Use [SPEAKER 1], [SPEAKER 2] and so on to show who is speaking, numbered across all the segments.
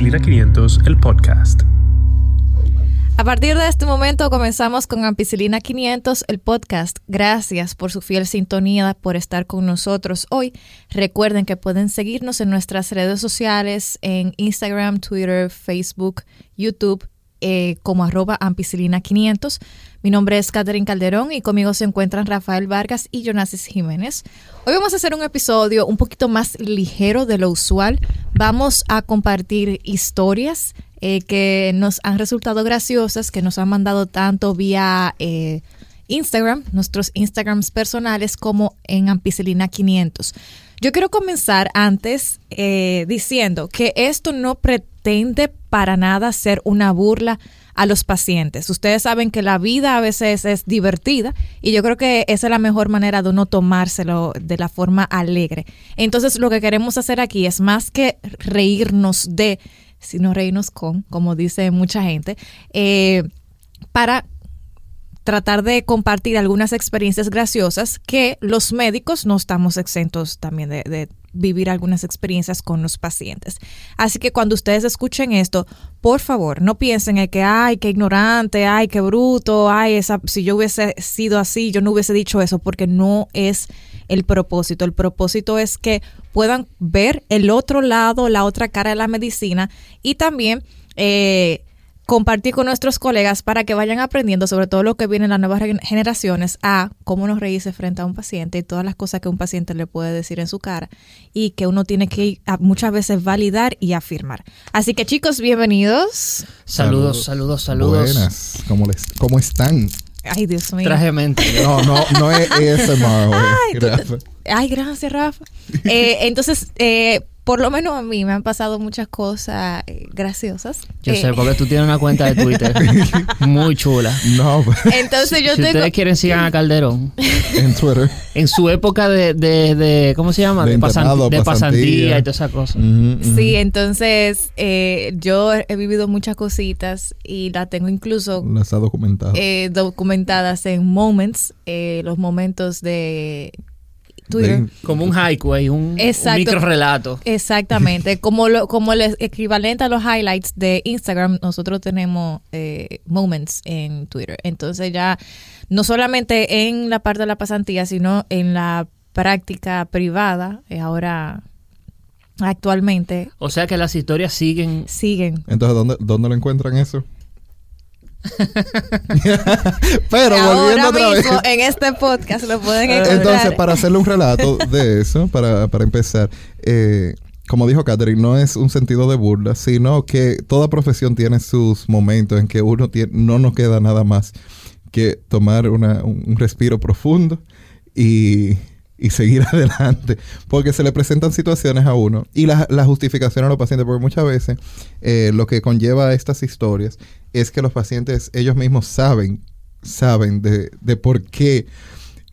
[SPEAKER 1] 500, el podcast.
[SPEAKER 2] A partir de este momento comenzamos con Ampicilina 500, el podcast. Gracias por su fiel sintonía, por estar con nosotros hoy. Recuerden que pueden seguirnos en nuestras redes sociales, en Instagram, Twitter, Facebook, YouTube, eh, como arroba Ampicilina 500. Mi nombre es Catherine Calderón y conmigo se encuentran Rafael Vargas y Jonasis Jiménez. Hoy vamos a hacer un episodio un poquito más ligero de lo usual. Vamos a compartir historias eh, que nos han resultado graciosas, que nos han mandado tanto vía eh, Instagram, nuestros Instagrams personales, como en Ampicilina 500. Yo quiero comenzar antes eh, diciendo que esto no pretende para nada ser una burla a los pacientes. Ustedes saben que la vida a veces es divertida y yo creo que esa es la mejor manera de uno tomárselo de la forma alegre. Entonces lo que queremos hacer aquí es más que reírnos de, sino reírnos con, como dice mucha gente, eh, para tratar de compartir algunas experiencias graciosas que los médicos no estamos exentos también de, de vivir algunas experiencias con los pacientes. Así que cuando ustedes escuchen esto, por favor, no piensen en que, ay, qué ignorante, ay, qué bruto, ay, esa, si yo hubiese sido así, yo no hubiese dicho eso, porque no es el propósito. El propósito es que puedan ver el otro lado, la otra cara de la medicina y también... eh, compartir con nuestros colegas para que vayan aprendiendo, sobre todo lo que vienen las nuevas gen- generaciones, a cómo nos reírse frente a un paciente y todas las cosas que un paciente le puede decir en su cara y que uno tiene que a- muchas veces validar y afirmar. Así que chicos, bienvenidos.
[SPEAKER 3] Saludos, saludos, saludos.
[SPEAKER 4] Buenas, ¿cómo, les, cómo están?
[SPEAKER 2] Ay, Dios mío.
[SPEAKER 3] Traje mente.
[SPEAKER 4] No, no, no es ASMR, güey.
[SPEAKER 2] Ay, tú-
[SPEAKER 4] Gracias.
[SPEAKER 2] Ay, gracias, Rafa. Eh, entonces, eh, por lo menos a mí me han pasado muchas cosas eh, graciosas.
[SPEAKER 3] Yo
[SPEAKER 2] Eh,
[SPEAKER 3] sé, porque tú tienes una cuenta de Twitter muy chula.
[SPEAKER 4] No,
[SPEAKER 2] Entonces yo
[SPEAKER 3] si
[SPEAKER 2] tengo...
[SPEAKER 3] ustedes quieren, sigan a Calderón.
[SPEAKER 4] en Twitter.
[SPEAKER 3] En su época de, de, de- ¿cómo se llama?
[SPEAKER 4] De
[SPEAKER 3] pasan-
[SPEAKER 4] internado,
[SPEAKER 3] de pasantía
[SPEAKER 4] pasantía.
[SPEAKER 3] y toda esa cosa.
[SPEAKER 4] Mm, mm.
[SPEAKER 2] Sí, entonces eh, yo he vivido muchas cositas y las tengo incluso
[SPEAKER 4] Las ha documentado.
[SPEAKER 2] eh, documentadas en moments, eh, los momentos de Twitter.
[SPEAKER 4] De-
[SPEAKER 3] Como un highway, un, un
[SPEAKER 2] Exacto.
[SPEAKER 3] micro relato.
[SPEAKER 2] Exactamente, como lo, como el equivalente a los highlights de Instagram, nosotros tenemos eh, moments en Twitter. Entonces ya no solamente en la parte de la pasantía, sino en la práctica privada, eh, ahora actualmente
[SPEAKER 3] O sea que las historias siguen.
[SPEAKER 2] siguen.
[SPEAKER 4] Entonces, ¿dónde, ¿dónde lo encuentran eso? Pero volviendo
[SPEAKER 2] ahora
[SPEAKER 4] otra vez.
[SPEAKER 2] mismo en este podcast lo pueden encontrar.
[SPEAKER 4] Eh, Entonces, para hacerle un relato de eso, para, para empezar, eh, como dijo Catherine, no es un sentido de burla, sino que toda profesión tiene sus momentos en que uno tie- no nos queda nada más que tomar una- un, un respiro profundo y, y seguir adelante. Porque se le presentan situaciones a uno y las la justificaciones a los pacientes, porque muchas veces eh, lo que conlleva estas historias es que los pacientes ellos mismos saben, saben de, de por qué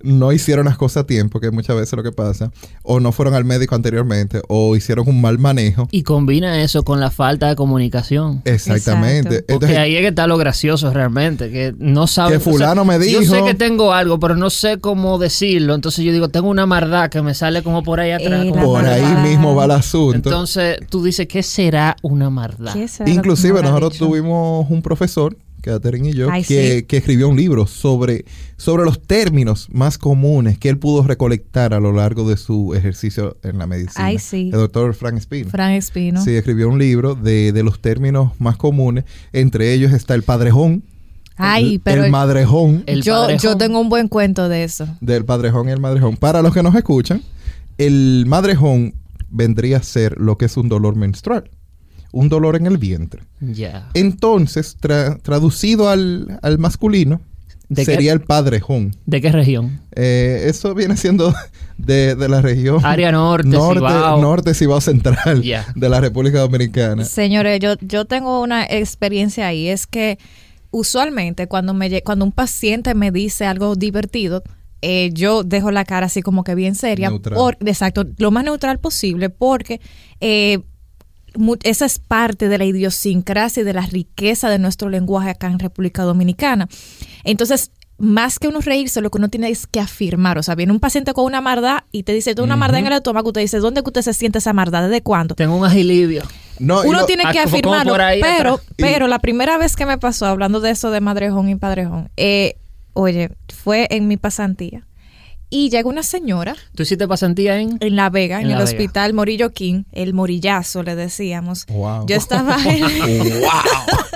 [SPEAKER 4] no hicieron las cosas a tiempo, que es muchas veces lo que pasa, o no fueron al médico anteriormente, o hicieron un mal manejo.
[SPEAKER 3] Y combina eso con la falta de comunicación.
[SPEAKER 4] Exactamente.
[SPEAKER 2] Exacto.
[SPEAKER 3] Porque
[SPEAKER 4] Entonces,
[SPEAKER 3] ahí es que está lo gracioso realmente, que no sabe.
[SPEAKER 4] Que fulano me
[SPEAKER 3] Yo sé
[SPEAKER 4] dijo.
[SPEAKER 3] que tengo algo, pero no sé cómo decirlo. Entonces yo digo, tengo una mardá que me sale como por ahí atrás.
[SPEAKER 2] Era
[SPEAKER 3] como
[SPEAKER 4] por
[SPEAKER 3] una
[SPEAKER 4] ahí
[SPEAKER 3] mardá.
[SPEAKER 4] mismo va el asunto.
[SPEAKER 3] Entonces tú dices, ¿qué será una mardá?
[SPEAKER 2] ¿Qué será lo que
[SPEAKER 4] Inclusive
[SPEAKER 2] me habrá
[SPEAKER 4] nosotros
[SPEAKER 2] dicho?
[SPEAKER 4] tuvimos un profesor, Catherine y yo,
[SPEAKER 2] Ay,
[SPEAKER 4] que,
[SPEAKER 2] sí.
[SPEAKER 4] que escribió un libro sobre, sobre los términos más comunes que él pudo recolectar a lo largo de su ejercicio en la medicina.
[SPEAKER 2] Ay, sí.
[SPEAKER 4] El doctor Frank Spino.
[SPEAKER 2] Frank Espino.
[SPEAKER 4] Sí, escribió un libro de, de los términos más comunes. Entre ellos está el padrejón.
[SPEAKER 2] Ay,
[SPEAKER 4] el-
[SPEAKER 2] pero
[SPEAKER 4] El madrejón.
[SPEAKER 3] El
[SPEAKER 2] yo,
[SPEAKER 3] padrejón.
[SPEAKER 2] yo tengo un buen cuento de eso.
[SPEAKER 4] Del padrejón y el madrejón. Para los que nos escuchan, el madrejón vendría a ser lo que es un dolor menstrual. Un dolor en el vientre.
[SPEAKER 3] Ya.
[SPEAKER 4] Entonces, tra- traducido al, al masculino,
[SPEAKER 3] ¿De qué?
[SPEAKER 4] sería el padrejón.
[SPEAKER 3] ¿De qué región?
[SPEAKER 4] Eh, eso viene siendo de, de la región...
[SPEAKER 3] Área norte,
[SPEAKER 4] norte,
[SPEAKER 3] Cibao.
[SPEAKER 4] norte, Cibao Central
[SPEAKER 3] Ya.
[SPEAKER 4] de la República Dominicana.
[SPEAKER 2] Señores, yo, yo tengo una experiencia ahí. Es que usualmente cuando, me, lle- cuando un paciente me dice algo divertido, eh, yo dejo la cara así como que bien seria.
[SPEAKER 4] Neutral.
[SPEAKER 2] por- exacto, lo más neutral posible porque... eh, mu- esa es parte de la idiosincrasia y de la riqueza de nuestro lenguaje acá en República Dominicana. Entonces, más que uno reírse, lo que uno tiene es que afirmar. O sea, viene un paciente con una mardá y te dice, tengo una mardá en el estómago, usted dice, ¿dónde que usted se siente esa mardá? ¿Desde cuándo?
[SPEAKER 3] Tengo un agilivio.
[SPEAKER 4] No, y
[SPEAKER 2] Uno
[SPEAKER 4] lo-
[SPEAKER 2] tiene
[SPEAKER 3] Ah,
[SPEAKER 2] que
[SPEAKER 3] como- como
[SPEAKER 2] afirmarlo,
[SPEAKER 3] por ahí
[SPEAKER 2] pero,
[SPEAKER 3] atrás.
[SPEAKER 4] Y-
[SPEAKER 2] pero la primera vez que me pasó hablando de eso de madrejón y padrejón, eh, oye, fue en mi pasantía y llegó una señora
[SPEAKER 3] ¿Tú hiciste pasantía en...?
[SPEAKER 2] en La Vega, en,
[SPEAKER 3] En
[SPEAKER 2] el
[SPEAKER 3] La Vega.
[SPEAKER 2] hospital Morillo King, el Morillazo le decíamos.
[SPEAKER 4] Wow.
[SPEAKER 2] Yo estaba en-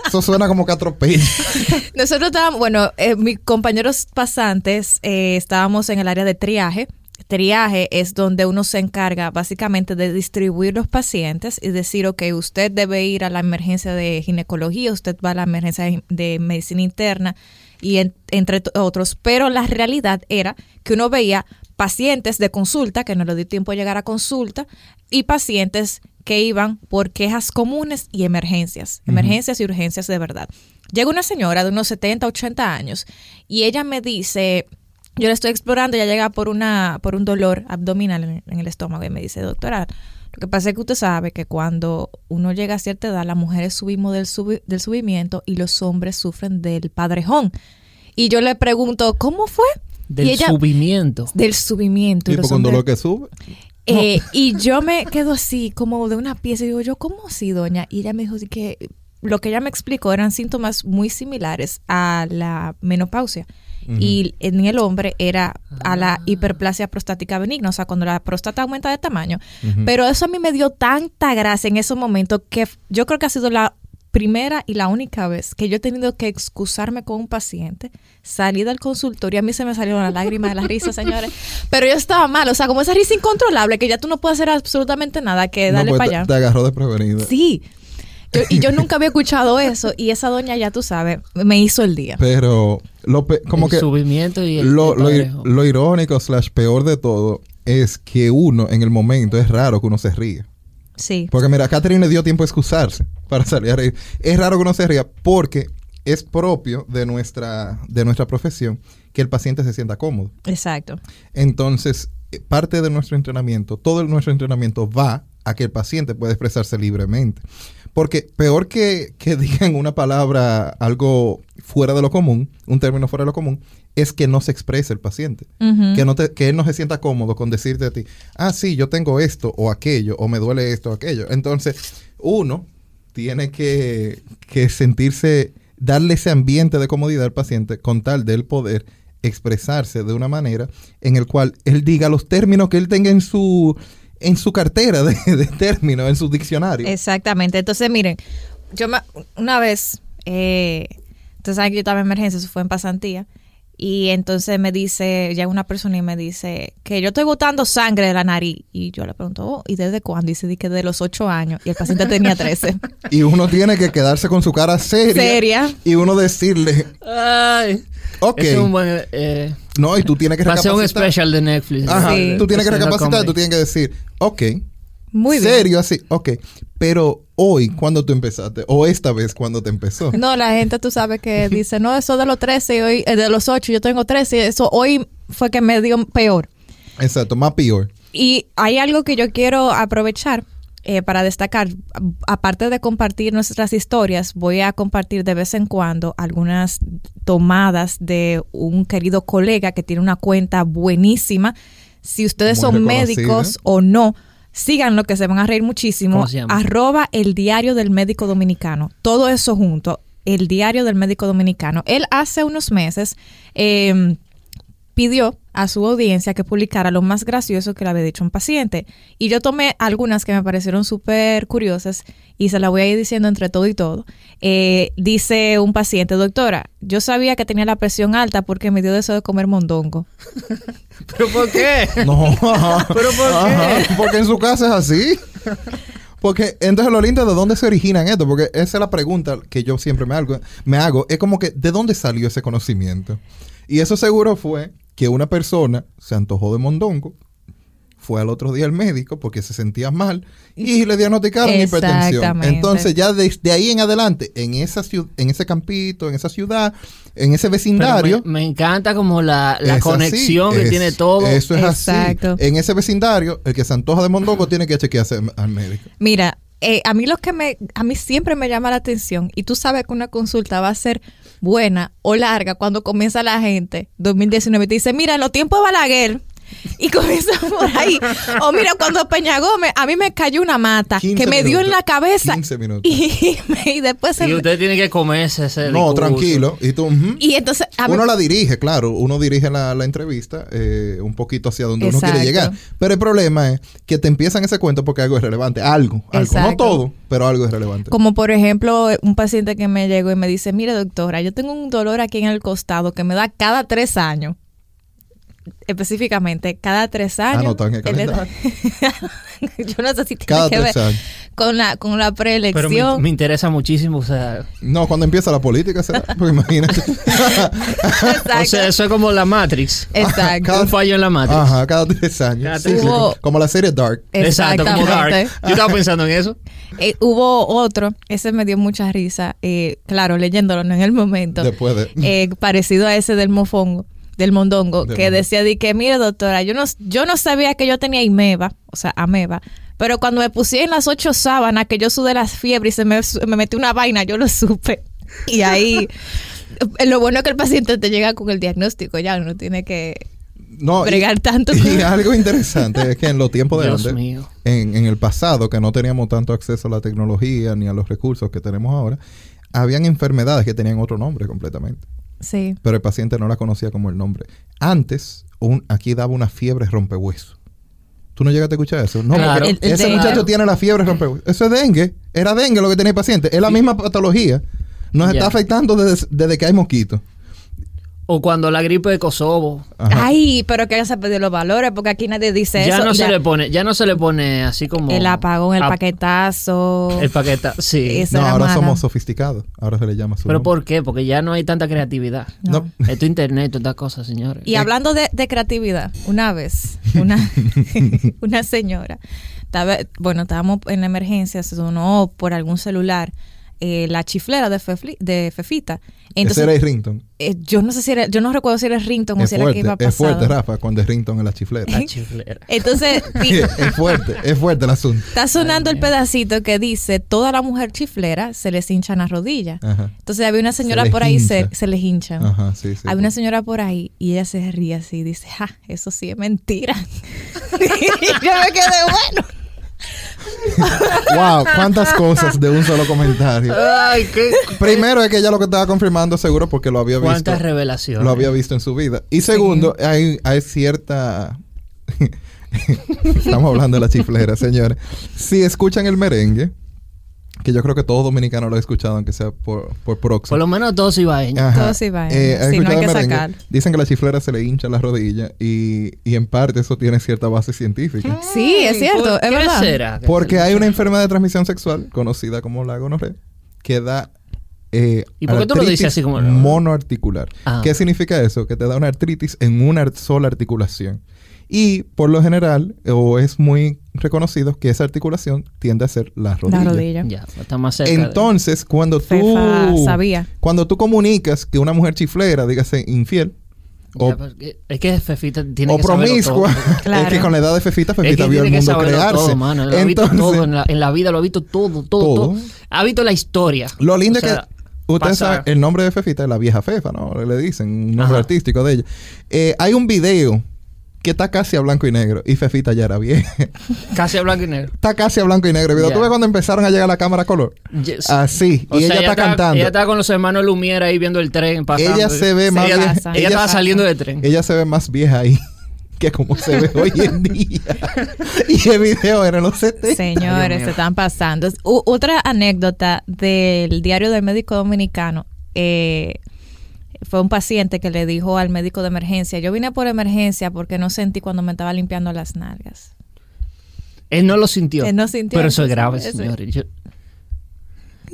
[SPEAKER 4] Eso suena como que atropella.
[SPEAKER 2] Nosotros estábamos, bueno, eh, mis compañeros pasantes eh, estábamos en el área de triaje. Triaje es donde uno se encarga básicamente de distribuir los pacientes y decir, ok, usted debe ir a la emergencia de ginecología, usted va a la emergencia de- de medicina interna y en- entre t- otros. Pero la realidad era que uno veía pacientes de consulta, que no le dio tiempo de llegar a consulta, y pacientes que iban por quejas comunes y emergencias, emergencias y urgencias de verdad. Llega una señora de unos 70, 80 años y ella me dice, yo la estoy explorando, ella llega por, una, por un dolor abdominal en, en el estómago y me dice, doctora, lo que pasa es que usted sabe que cuando uno llega a cierta edad, las mujeres subimos del, subi- del subimiento y los hombres sufren del padrejón. Y yo le pregunto, ¿cómo fue?
[SPEAKER 3] Del
[SPEAKER 2] y ella,
[SPEAKER 3] subimiento.
[SPEAKER 2] del subimiento. y
[SPEAKER 4] Tipo
[SPEAKER 2] los
[SPEAKER 4] con
[SPEAKER 2] hombres-
[SPEAKER 4] dolor que sube.
[SPEAKER 2] eh, y yo me quedo así, como de una pieza, y digo, yo, ¿cómo así, doña? Y ella me dijo así que lo que ella me explicó eran síntomas muy similares a la menopausia. Y en el hombre era a
[SPEAKER 4] Ah.
[SPEAKER 2] la hiperplasia prostática benigna, o sea, cuando la próstata aumenta de tamaño. Pero eso a mí me dio tanta gracia en ese momento que f- yo creo que ha sido la primera y la única vez que yo he tenido que excusarme con un paciente, salí del consultorio, a mí se me salieron las lágrimas de la risa, señores, pero yo estaba mal, o sea, como esa risa incontrolable que ya tú no puedes hacer absolutamente nada que
[SPEAKER 4] No,
[SPEAKER 2] darle para
[SPEAKER 4] pues, te, te
[SPEAKER 2] Eh, allá.
[SPEAKER 4] agarró desprevenido.
[SPEAKER 2] Sí. Yo- y yo nunca había escuchado eso y esa doña ya tú sabes, me hizo el día.
[SPEAKER 4] Pero lo pe- como
[SPEAKER 3] el
[SPEAKER 4] que
[SPEAKER 3] subimiento y el,
[SPEAKER 4] lo,
[SPEAKER 3] el
[SPEAKER 4] lo ir-
[SPEAKER 3] padrejón.
[SPEAKER 4] lo irónico slash peor de todo es que uno en el momento es raro que uno se ría.
[SPEAKER 2] Sí.
[SPEAKER 4] Porque mira, a Catherine le dio tiempo a excusarse para salir a reír. Es raro que uno se ría porque es propio de nuestra, de nuestra profesión que el paciente se sienta cómodo.
[SPEAKER 2] Exacto.
[SPEAKER 4] Entonces, eh, parte de nuestro entrenamiento, todo el- nuestro entrenamiento va a que el paciente pueda expresarse libremente. Porque peor que, que digan una palabra, algo fuera de lo común, un término fuera de lo común, es que no se exprese el paciente.
[SPEAKER 2] Ujú.
[SPEAKER 4] Que, no te- que él no se sienta cómodo con decirte a ti, ah, sí, yo tengo esto o aquello, o me duele esto o aquello. Entonces, uno tiene que, que sentirse, darle ese ambiente de comodidad al paciente con tal de él poder expresarse de una manera en el cual él diga los términos que él tenga en su en su cartera de, de términos, en su diccionario.
[SPEAKER 2] Exactamente. Entonces, miren, yo me- una vez, eh, ustedes saben que yo estaba en emergencia, eso fue en pasantía, y entonces me dice, llega una persona y me dice que yo estoy botando sangre de la nariz. Y yo le pregunto, "Oh, ¿y desde cuándo? Y se dice que de los 8 años, y el paciente tenía 13.
[SPEAKER 4] Y uno tiene que quedarse con su cara seria.
[SPEAKER 2] Seria.
[SPEAKER 4] Y uno decirle,
[SPEAKER 3] Ay.
[SPEAKER 4] ok,
[SPEAKER 3] Ese Es un buen... eh,
[SPEAKER 4] no, y tú tienes que
[SPEAKER 3] va a ser un
[SPEAKER 4] recapacitar.
[SPEAKER 3] special de Netflix.
[SPEAKER 4] Ajá,
[SPEAKER 2] Sí.
[SPEAKER 4] tú tienes que
[SPEAKER 3] Stand-up
[SPEAKER 4] recapacitar,
[SPEAKER 3] comedy.
[SPEAKER 4] tú tienes que decir, ok,
[SPEAKER 2] Muy bien.
[SPEAKER 4] serio así, ok, pero hoy, cuando tú empezaste? O esta vez, cuando te empezó?
[SPEAKER 2] No, la gente tú sabes que dice, no, eso de los 13, y hoy, eh, de los 8, yo tengo 13, eso hoy fue que me dio peor.
[SPEAKER 4] Exacto, más peor.
[SPEAKER 2] Y hay algo que yo quiero aprovechar eh, para destacar. A- Aparte de compartir nuestras historias, voy a compartir de vez en cuando algunas tomadas de un querido colega que tiene una cuenta buenísima. Si ustedes
[SPEAKER 4] Muy
[SPEAKER 2] son
[SPEAKER 4] reconocida.
[SPEAKER 2] médicos o no, síganlo que se van a reír muchísimo.
[SPEAKER 3] ¿Cómo se llama?
[SPEAKER 2] Arroba el diario del médico dominicano. Todo eso junto. El diario del médico dominicano. Él hace unos meses... em, pidió a su audiencia que publicara lo más gracioso que le había dicho un paciente. Y yo tomé algunas que me parecieron súper curiosas y se las voy a ir diciendo entre todo y todo. Eh, dice un paciente, doctora, yo sabía que tenía la presión alta porque me dio deseo de comer mondongo.
[SPEAKER 3] ¿Pero por qué?
[SPEAKER 4] No.
[SPEAKER 3] ¿Pero por qué?
[SPEAKER 4] Ajá, porque en su casa es así. Porque entonces lo lindo es de dónde se originan esto, porque esa es la pregunta que yo siempre me hago, me hago, es como que ¿de dónde salió ese conocimiento? Y eso seguro fue que una persona se antojó de mondongo, fue al otro día al médico porque se sentía mal y le diagnosticaron hipertensión.
[SPEAKER 2] Exactamente.
[SPEAKER 4] Entonces ya desde ahí en adelante, en esa ciu- en ese campito, en esa ciudad, en ese
[SPEAKER 3] Pero
[SPEAKER 4] vecindario,
[SPEAKER 3] me, me encanta como la,
[SPEAKER 4] es
[SPEAKER 3] la
[SPEAKER 4] así,
[SPEAKER 3] conexión que
[SPEAKER 4] es-
[SPEAKER 3] tiene todo.
[SPEAKER 4] Eso es
[SPEAKER 2] Exacto.
[SPEAKER 4] así. En ese vecindario, el que se antoja de mondongo tiene que chequearse al médico.
[SPEAKER 2] Mira, eh, a mí lo que me, a mí siempre me llama la atención, y tú sabes que una consulta va a ser buena o larga cuando comienza la gente, 2019, te dice, mira, en los tiempos de Balaguer, y comienza por ahí. O mira, cuando Peña Gómez, a mí me cayó una mata que
[SPEAKER 4] 15
[SPEAKER 2] me dio en
[SPEAKER 4] minutos.
[SPEAKER 2] la cabeza
[SPEAKER 4] 15 minutos.
[SPEAKER 2] y, me- y después se-
[SPEAKER 3] Y usted tiene que comerse ese
[SPEAKER 4] No,
[SPEAKER 3] discurso.
[SPEAKER 4] tranquilo. Y tú, ujú.
[SPEAKER 2] y entonces a mí-
[SPEAKER 4] uno la dirige, claro. Uno dirige la, la entrevista eh, un poquito hacia donde uno
[SPEAKER 2] Exacto.
[SPEAKER 4] quiere llegar. Pero el problema es que te empiezan ese cuento porque algo es relevante. Algo. algo.
[SPEAKER 2] Exacto.
[SPEAKER 4] No todo, pero algo es relevante.
[SPEAKER 2] Como por ejemplo, eh, un paciente que me llegó y me dice, mire doctora, yo tengo un dolor aquí en el costado que me da cada tres años. Específicamente, cada tres años.
[SPEAKER 4] Ah, no, está en el
[SPEAKER 2] Él es-
[SPEAKER 4] calendario.
[SPEAKER 2] yo no sé si tiene
[SPEAKER 4] Cada
[SPEAKER 2] que ver
[SPEAKER 4] tres años.
[SPEAKER 2] con la, con la
[SPEAKER 3] Pero
[SPEAKER 2] preelección.
[SPEAKER 3] me, me interesa muchísimo, o sea...
[SPEAKER 4] No, cuando empieza la política, será. Porque imagínate.
[SPEAKER 2] Exacto.
[SPEAKER 3] O sea, eso es como la Matrix.
[SPEAKER 2] Exacto.
[SPEAKER 4] Cada-
[SPEAKER 3] Un fallo en la Matrix.
[SPEAKER 4] Ajá, cada tres años.
[SPEAKER 3] Cada
[SPEAKER 4] Sí,
[SPEAKER 3] tres
[SPEAKER 4] sí,
[SPEAKER 2] años.
[SPEAKER 4] como, como la serie Dark.
[SPEAKER 3] Exacto, como Dark.
[SPEAKER 2] Exactamente.
[SPEAKER 3] Yo estaba pensando en eso.
[SPEAKER 2] Eh, hubo otro, ese me dio mucha risa, eh, claro, leyéndolo no en el momento,
[SPEAKER 4] Después de.
[SPEAKER 2] eh, parecido a ese del mofongo, del mondongo,
[SPEAKER 4] Del
[SPEAKER 2] que
[SPEAKER 4] mondongo.
[SPEAKER 2] decía de que, mire doctora, yo no, yo no sabía que yo tenía imeba, o sea, ameba, pero cuando me pusieron las ocho sábanas, que yo sudé las fiebres y se me, su- me metió una vaina, yo lo supe. Y ahí, eh, lo bueno es que el paciente te llega con el diagnóstico, ya no tiene que...
[SPEAKER 4] No, y-
[SPEAKER 2] bregar tanto.
[SPEAKER 4] Y algo interesante es que en los tiempos de
[SPEAKER 3] Dios
[SPEAKER 4] antes,
[SPEAKER 3] mío.
[SPEAKER 4] en, en el pasado, que no teníamos tanto acceso a la tecnología ni a los recursos que tenemos ahora, habían enfermedades que tenían otro nombre completamente,
[SPEAKER 2] Sí.
[SPEAKER 4] pero el paciente no la conocía como el nombre. Antes, un, aquí daba una fiebre rompehueso. ¿Tú no llegaste a escuchar eso? No,
[SPEAKER 3] Claro.
[SPEAKER 4] porque
[SPEAKER 2] El- el
[SPEAKER 4] ese
[SPEAKER 2] dengue.
[SPEAKER 4] muchacho tiene la fiebre rompehueso. Eso es dengue. Era dengue lo que tenía el paciente. Es la misma patología. Nos
[SPEAKER 3] Ya.
[SPEAKER 4] está afectando desde, desde que hay mosquitos.
[SPEAKER 3] O cuando la gripe de Kosovo.
[SPEAKER 4] Ajá.
[SPEAKER 2] Ay, pero que se perdió los valores, porque aquí nadie dice
[SPEAKER 3] Ya
[SPEAKER 2] eso.
[SPEAKER 3] no
[SPEAKER 2] Y
[SPEAKER 3] se
[SPEAKER 2] la-
[SPEAKER 3] le Ah. pone, ya no se le pone así como...
[SPEAKER 2] El apagón, el
[SPEAKER 3] ap-
[SPEAKER 2] paquetazo.
[SPEAKER 3] El paqueta, sí.
[SPEAKER 2] Es- Esa
[SPEAKER 4] No,
[SPEAKER 2] era
[SPEAKER 4] ahora
[SPEAKER 2] mala.
[SPEAKER 4] somos sofisticados. Ahora se le llama su
[SPEAKER 3] ¿Pero
[SPEAKER 4] nombre.
[SPEAKER 3] por qué? Porque ya no hay tanta creatividad.
[SPEAKER 2] No.
[SPEAKER 4] No.
[SPEAKER 3] Esto es internet, tantas cosas, señores.
[SPEAKER 4] Eh.
[SPEAKER 3] Eh,
[SPEAKER 2] Y hablando de, de creatividad, una vez, una, una señora, estaba- bueno, estábamos en emergencia, se sonó por algún celular eh, la chiflera de, Fefli- de Fefita.
[SPEAKER 4] Ese era
[SPEAKER 2] Entonces,
[SPEAKER 4] el rington.
[SPEAKER 2] eh, yo no sé si era, yo no recuerdo si era el rington o
[SPEAKER 4] Es
[SPEAKER 2] si era que
[SPEAKER 4] fuerte,
[SPEAKER 2] iba
[SPEAKER 4] es fuerte,
[SPEAKER 2] pasado.
[SPEAKER 4] Rafa, cuando es rington en la chiflera.
[SPEAKER 3] La chiflera.
[SPEAKER 2] Eh, Entonces, di-
[SPEAKER 4] es fuerte, es fuerte el asunto.
[SPEAKER 2] está sonando el pedacito que dice, toda la mujer chiflera se les hinchan las rodillas.
[SPEAKER 4] Ajá.
[SPEAKER 2] Entonces había una señora
[SPEAKER 4] Ah. les
[SPEAKER 2] por ahí, se,
[SPEAKER 4] hincha.
[SPEAKER 2] se les hinchan.
[SPEAKER 4] Ajá, sí, sí. pues.
[SPEAKER 2] Había una señora por ahí y ella se ríe así y dice, ja, eso sí es mentira. y yo me quedé bueno.
[SPEAKER 4] Wow, cuántas cosas de un solo comentario.
[SPEAKER 3] Ay, qué...
[SPEAKER 4] Primero es que ella lo que estaba confirmando seguro porque lo había visto.
[SPEAKER 3] Cuántas revelaciones.
[SPEAKER 4] Lo había visto en su vida. Y segundo, hay, hay cierta Estamos hablando de la chiflera, señores. Si escuchan el merengue, que yo creo que todo dominicano lo ha escuchado, aunque sea por, por próximo.
[SPEAKER 3] Por lo menos todos ibaeños.
[SPEAKER 4] Ajá.
[SPEAKER 2] Todo se va,
[SPEAKER 4] Eh, ¿has
[SPEAKER 2] sí, no hay
[SPEAKER 4] escuchado
[SPEAKER 2] que
[SPEAKER 4] el merengue?
[SPEAKER 2] sacar.
[SPEAKER 4] Dicen que la chiflera se le hincha la rodilla y, y en parte eso tiene cierta base científica.
[SPEAKER 2] Sí, es cierto,
[SPEAKER 3] ¿Por
[SPEAKER 2] es
[SPEAKER 3] qué
[SPEAKER 2] verdad.
[SPEAKER 3] será que
[SPEAKER 4] Porque
[SPEAKER 3] se-
[SPEAKER 4] hay una enfermedad de transmisión sexual conocida como la gonorrea que da eh,
[SPEAKER 3] ¿Y por qué tú lo dices
[SPEAKER 4] artritis
[SPEAKER 3] así como-
[SPEAKER 4] monoarticular?
[SPEAKER 3] Ah.
[SPEAKER 4] ¿Qué significa eso? Que te da una artritis en una ar- sola articulación. Y por lo general, o es muy reconocido que esa articulación tiende a ser la rodilla.
[SPEAKER 2] La rodilla.
[SPEAKER 3] Ya, está más cerca. de-
[SPEAKER 4] Entonces, cuando tú
[SPEAKER 2] Fefa sabía.
[SPEAKER 4] cuando tú comunicas que una mujer chiflera, dígase infiel
[SPEAKER 3] Ya,
[SPEAKER 4] o,
[SPEAKER 3] porque es que Fefita tiene
[SPEAKER 4] o
[SPEAKER 3] que saberlo
[SPEAKER 4] promiscua,
[SPEAKER 3] todo.
[SPEAKER 2] Claro.
[SPEAKER 4] es que con la edad de Fefita,
[SPEAKER 3] Es
[SPEAKER 4] Fefita
[SPEAKER 3] que
[SPEAKER 4] vio
[SPEAKER 3] tiene
[SPEAKER 4] el
[SPEAKER 3] que
[SPEAKER 4] mundo
[SPEAKER 3] saberlo
[SPEAKER 4] crearse.
[SPEAKER 3] todo, mano. Lo ha visto
[SPEAKER 4] Entonces,
[SPEAKER 3] todo en la, en la vida, lo ha visto todo, todo, todo.
[SPEAKER 4] Todo.
[SPEAKER 3] Ha visto la historia.
[SPEAKER 4] Lo lindo
[SPEAKER 3] O
[SPEAKER 4] es
[SPEAKER 3] sea,
[SPEAKER 4] que ustedes
[SPEAKER 3] pasar.
[SPEAKER 4] saben, el nombre de Fefita es la vieja Fefa, ¿no? Le dicen, un nombre
[SPEAKER 3] Ajá.
[SPEAKER 4] artístico de ella. Eh, hay un video que está casi a blanco y negro y Fefita ya era vieja.
[SPEAKER 3] Casi a blanco y negro.
[SPEAKER 4] está casi a blanco y negro. el video.
[SPEAKER 3] Ya.
[SPEAKER 4] ¿Tú ves cuando empezaron a llegar la cámara a color?
[SPEAKER 3] Yes.
[SPEAKER 4] Así.
[SPEAKER 3] O
[SPEAKER 4] Ah, y
[SPEAKER 3] sea,
[SPEAKER 4] ella está cantando.
[SPEAKER 3] Ella está con los hermanos Lumière ahí viendo el tren pasando.
[SPEAKER 4] Ella se ve
[SPEAKER 3] Sí,
[SPEAKER 4] más
[SPEAKER 3] Ella,
[SPEAKER 4] vieja.
[SPEAKER 2] pasa.
[SPEAKER 3] ella
[SPEAKER 4] Ella-
[SPEAKER 3] estaba saliendo del tren.
[SPEAKER 4] ella se ve más vieja ahí que como se ve hoy en día. y el video era en los 70.
[SPEAKER 3] Dios
[SPEAKER 2] Señores,
[SPEAKER 3] mío.
[SPEAKER 2] se están pasando. U- otra anécdota del diario del médico dominicano. eh, fue un paciente que le dijo al médico de emergencia, yo vine por emergencia porque no sentí cuando me estaba limpiando las nalgas.
[SPEAKER 3] Él no lo sintió.
[SPEAKER 2] Él no sintió. pues,
[SPEAKER 3] Pero eso es grave,
[SPEAKER 2] Eso-
[SPEAKER 3] señores. Yo-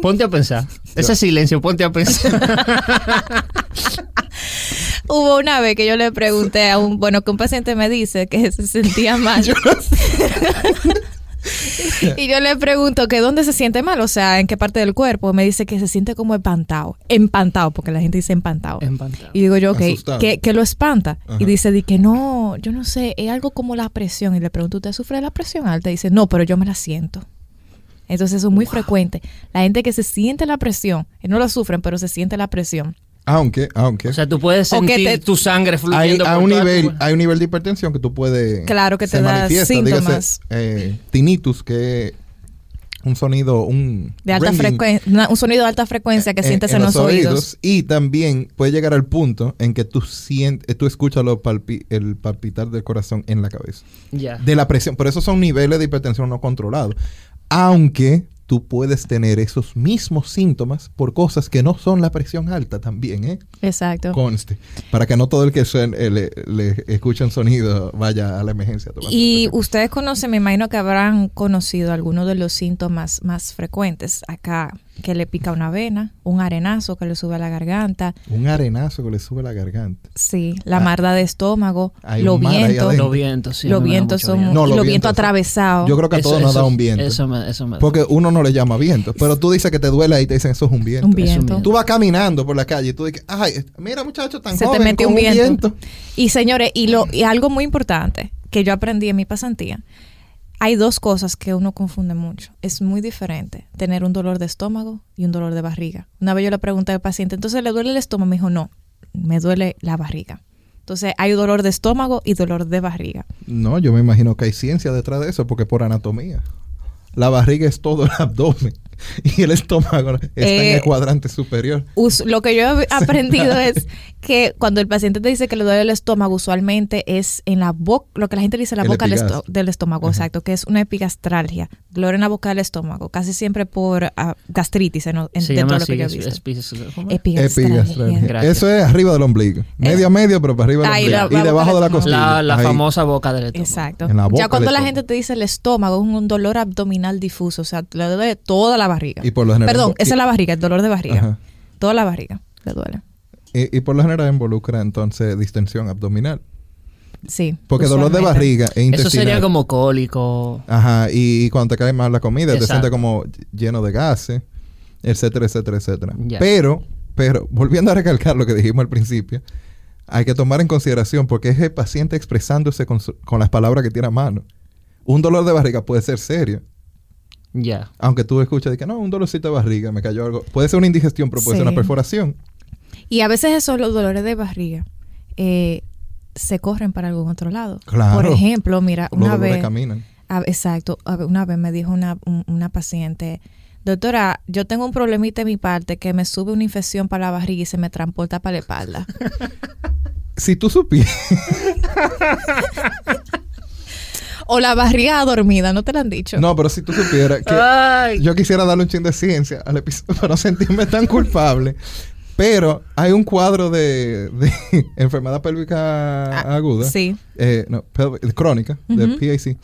[SPEAKER 3] Ponte a pensar. Ese silencio, ponte a pensar.
[SPEAKER 2] Hubo una vez que yo le pregunté a un, bueno, que un paciente me dice que se sentía mal. y yo le pregunto que dónde se siente mal, o sea, en qué parte del cuerpo. Me dice que se siente como espantado, empantado, porque la gente dice empantado.
[SPEAKER 3] Espantado.
[SPEAKER 2] Y digo yo, ok,
[SPEAKER 4] Asustado.
[SPEAKER 2] ¿qué, qué lo espanta?
[SPEAKER 4] Ajá.
[SPEAKER 2] Y dice, di que no, yo no sé, es algo como la presión. Y le pregunto, ¿usted sufre de la presión alta? Y dice, no, pero yo me la siento. Entonces eso es muy frecuente. La gente que se siente la presión, eh, no lo sufren, pero se siente la presión.
[SPEAKER 4] Aunque, aunque.
[SPEAKER 3] O sea, tú puedes
[SPEAKER 2] O que
[SPEAKER 3] sentir
[SPEAKER 2] te-
[SPEAKER 3] tu sangre
[SPEAKER 4] hay,
[SPEAKER 3] fluyendo
[SPEAKER 4] a
[SPEAKER 3] por
[SPEAKER 4] un
[SPEAKER 3] toda tu-
[SPEAKER 4] nivel, hay un nivel de hipertensión que tú puedes.
[SPEAKER 2] Claro, que te
[SPEAKER 4] se
[SPEAKER 2] da
[SPEAKER 4] manifiesta,
[SPEAKER 2] síntomas.
[SPEAKER 4] eh, tinnitus, que es un sonido, un.
[SPEAKER 2] De alta
[SPEAKER 4] ringing eh,
[SPEAKER 2] frecuencia, un sonido de alta frecuencia que
[SPEAKER 4] en-
[SPEAKER 2] sientes Eh, en, los, oídos.
[SPEAKER 4] Y también puede llegar al punto en que tú sientes, tú escuchas los palpi- el palpitar del corazón en la cabeza.
[SPEAKER 3] Ya.
[SPEAKER 4] De la presión. Pero esos son niveles de hipertensión no controlados. Aunque tú puedes tener esos mismos síntomas por cosas que no son la presión alta también, ¿eh?
[SPEAKER 2] Exacto.
[SPEAKER 4] Conste. Para que no todo el que suene- eh, le, le escuche un sonido vaya a la emergencia. a tomar
[SPEAKER 2] Y
[SPEAKER 4] su presión.
[SPEAKER 2] ustedes conocen, me imagino que habrán conocido algunos de los síntomas más frecuentes. Acá, que le pica una vena, un arenazo que le sube a la garganta,
[SPEAKER 4] Un arenazo que le sube la garganta.
[SPEAKER 2] sí, la
[SPEAKER 4] Ah.
[SPEAKER 2] marda de estómago,
[SPEAKER 4] Hay
[SPEAKER 2] los
[SPEAKER 4] un mar ahí
[SPEAKER 2] vientos,
[SPEAKER 4] adentro.
[SPEAKER 3] Los vientos, sí.
[SPEAKER 2] los
[SPEAKER 3] me da
[SPEAKER 2] vientos
[SPEAKER 3] mucho
[SPEAKER 2] son,
[SPEAKER 3] miedo.
[SPEAKER 4] No,
[SPEAKER 2] Ah, y
[SPEAKER 4] los
[SPEAKER 2] los
[SPEAKER 4] vientos-
[SPEAKER 2] vientos atravesados.
[SPEAKER 4] Yo creo que a
[SPEAKER 3] Eso-
[SPEAKER 4] todos nos
[SPEAKER 3] eso-
[SPEAKER 4] da un viento.
[SPEAKER 3] Eso me, eso me da.
[SPEAKER 4] Porque uno no le llama viento. Pero tú dices que te duele y te dicen eso es un viento.
[SPEAKER 2] Un
[SPEAKER 3] es un
[SPEAKER 2] viento.
[SPEAKER 4] Tú vas caminando por la calle y tú dices, ay, mira muchacho tan
[SPEAKER 2] se
[SPEAKER 4] joven
[SPEAKER 2] te mete
[SPEAKER 4] con
[SPEAKER 2] un viento. Y señores, y, lo, y algo muy importante que yo aprendí en mi pasantía, hay dos cosas que uno confunde mucho. Es muy diferente tener un dolor de estómago y un dolor de barriga. Una vez yo le pregunté al paciente, entonces le duele el estómago, me dijo, no, me duele la barriga. Entonces hay dolor de estómago y dolor de barriga.
[SPEAKER 4] No, yo me imagino que hay ciencia detrás de eso, porque por anatomía. La barriga es todo el abdomen y el estómago está en
[SPEAKER 2] Eh,
[SPEAKER 4] el cuadrante superior.
[SPEAKER 2] Us- lo que yo he aprendido es que cuando el paciente te dice que le duele el estómago, usualmente es en la boca, lo que la gente le dice la
[SPEAKER 4] El
[SPEAKER 2] boca del,
[SPEAKER 4] epigastro.
[SPEAKER 2] esto- del estómago,
[SPEAKER 4] Ajá.
[SPEAKER 2] exacto, que es una epigastralgia, dolor en la boca del estómago, casi siempre por ah, gastritis, en, en-
[SPEAKER 3] Se
[SPEAKER 2] de
[SPEAKER 3] llama
[SPEAKER 2] todo lo
[SPEAKER 3] así.
[SPEAKER 2] que yo he
[SPEAKER 3] es-
[SPEAKER 2] visto.
[SPEAKER 3] es piscis- ¿cómo es?
[SPEAKER 2] Epigastralgia. Eh,
[SPEAKER 4] Epigastralgia.
[SPEAKER 3] Gracias.
[SPEAKER 4] Eso es arriba del ombligo. Medio a medio, pero para arriba del
[SPEAKER 2] Ahí,
[SPEAKER 4] ombligo.
[SPEAKER 2] la-
[SPEAKER 4] y
[SPEAKER 2] la
[SPEAKER 4] debajo
[SPEAKER 2] boca
[SPEAKER 4] de la
[SPEAKER 2] del
[SPEAKER 4] costilla.
[SPEAKER 3] La, la
[SPEAKER 4] Ahí.
[SPEAKER 3] famosa boca del estómago.
[SPEAKER 2] Exacto.
[SPEAKER 4] En la boca
[SPEAKER 2] ya
[SPEAKER 4] del
[SPEAKER 2] cuando la
[SPEAKER 4] estómago.
[SPEAKER 2] gente te dice el estómago es un dolor abdominal difuso, o sea, le duele toda la barriga.
[SPEAKER 4] Y por lo general-
[SPEAKER 2] Perdón,
[SPEAKER 4] y-
[SPEAKER 2] esa es la barriga, el dolor de barriga.
[SPEAKER 4] Ajá.
[SPEAKER 2] Toda la barriga le duele.
[SPEAKER 4] Y, y por lo general involucra entonces distensión abdominal.
[SPEAKER 2] Sí.
[SPEAKER 4] Porque dolor de
[SPEAKER 2] usualmente.
[SPEAKER 4] barriga e intestinal.
[SPEAKER 3] Eso sería como cólico.
[SPEAKER 4] Ajá, y, y cuando te cae mal la comida, te
[SPEAKER 3] Exacto.
[SPEAKER 4] sientes como lleno de gases, etcétera, etcétera, etcétera.
[SPEAKER 3] Ya.
[SPEAKER 4] Pero, pero, volviendo a recalcar lo que dijimos al principio, hay que tomar en consideración porque es el paciente expresándose con, su- con las palabras que tiene a mano. Un dolor de barriga puede ser serio.
[SPEAKER 3] Ya.
[SPEAKER 4] Aunque tú escuchas de que no, un dolorcito de barriga, me cayó algo. Puede ser una indigestión, pero puede ser
[SPEAKER 2] Sí.
[SPEAKER 4] una perforación.
[SPEAKER 2] Y a veces esos los dolores de barriga eh, se corren para algún otro lado.
[SPEAKER 4] Claro.
[SPEAKER 2] Por ejemplo, mira,
[SPEAKER 4] Los
[SPEAKER 2] Ah, una
[SPEAKER 4] dolores
[SPEAKER 2] vez,
[SPEAKER 4] caminan.
[SPEAKER 2] a- exacto, a ver, una vez me dijo una, un- una paciente, doctora, yo tengo un problemita en mi parte que me sube una infección para la barriga y se me transporta para la espalda.
[SPEAKER 4] Si tú supieras,
[SPEAKER 2] o la barriga dormida, ¿no te lo han dicho?
[SPEAKER 4] no, pero si tú supieras que
[SPEAKER 2] Ah.
[SPEAKER 3] Ay.
[SPEAKER 4] Yo quisiera darle un ching de ciencia al episodio para no sentirme tan culpable. Pero hay un cuadro de, de enfermedad pélvica
[SPEAKER 2] Ah,
[SPEAKER 4] aguda.
[SPEAKER 2] Sí.
[SPEAKER 4] Eh, no, pelvic- crónica,
[SPEAKER 2] Ujú.
[SPEAKER 4] de PAC.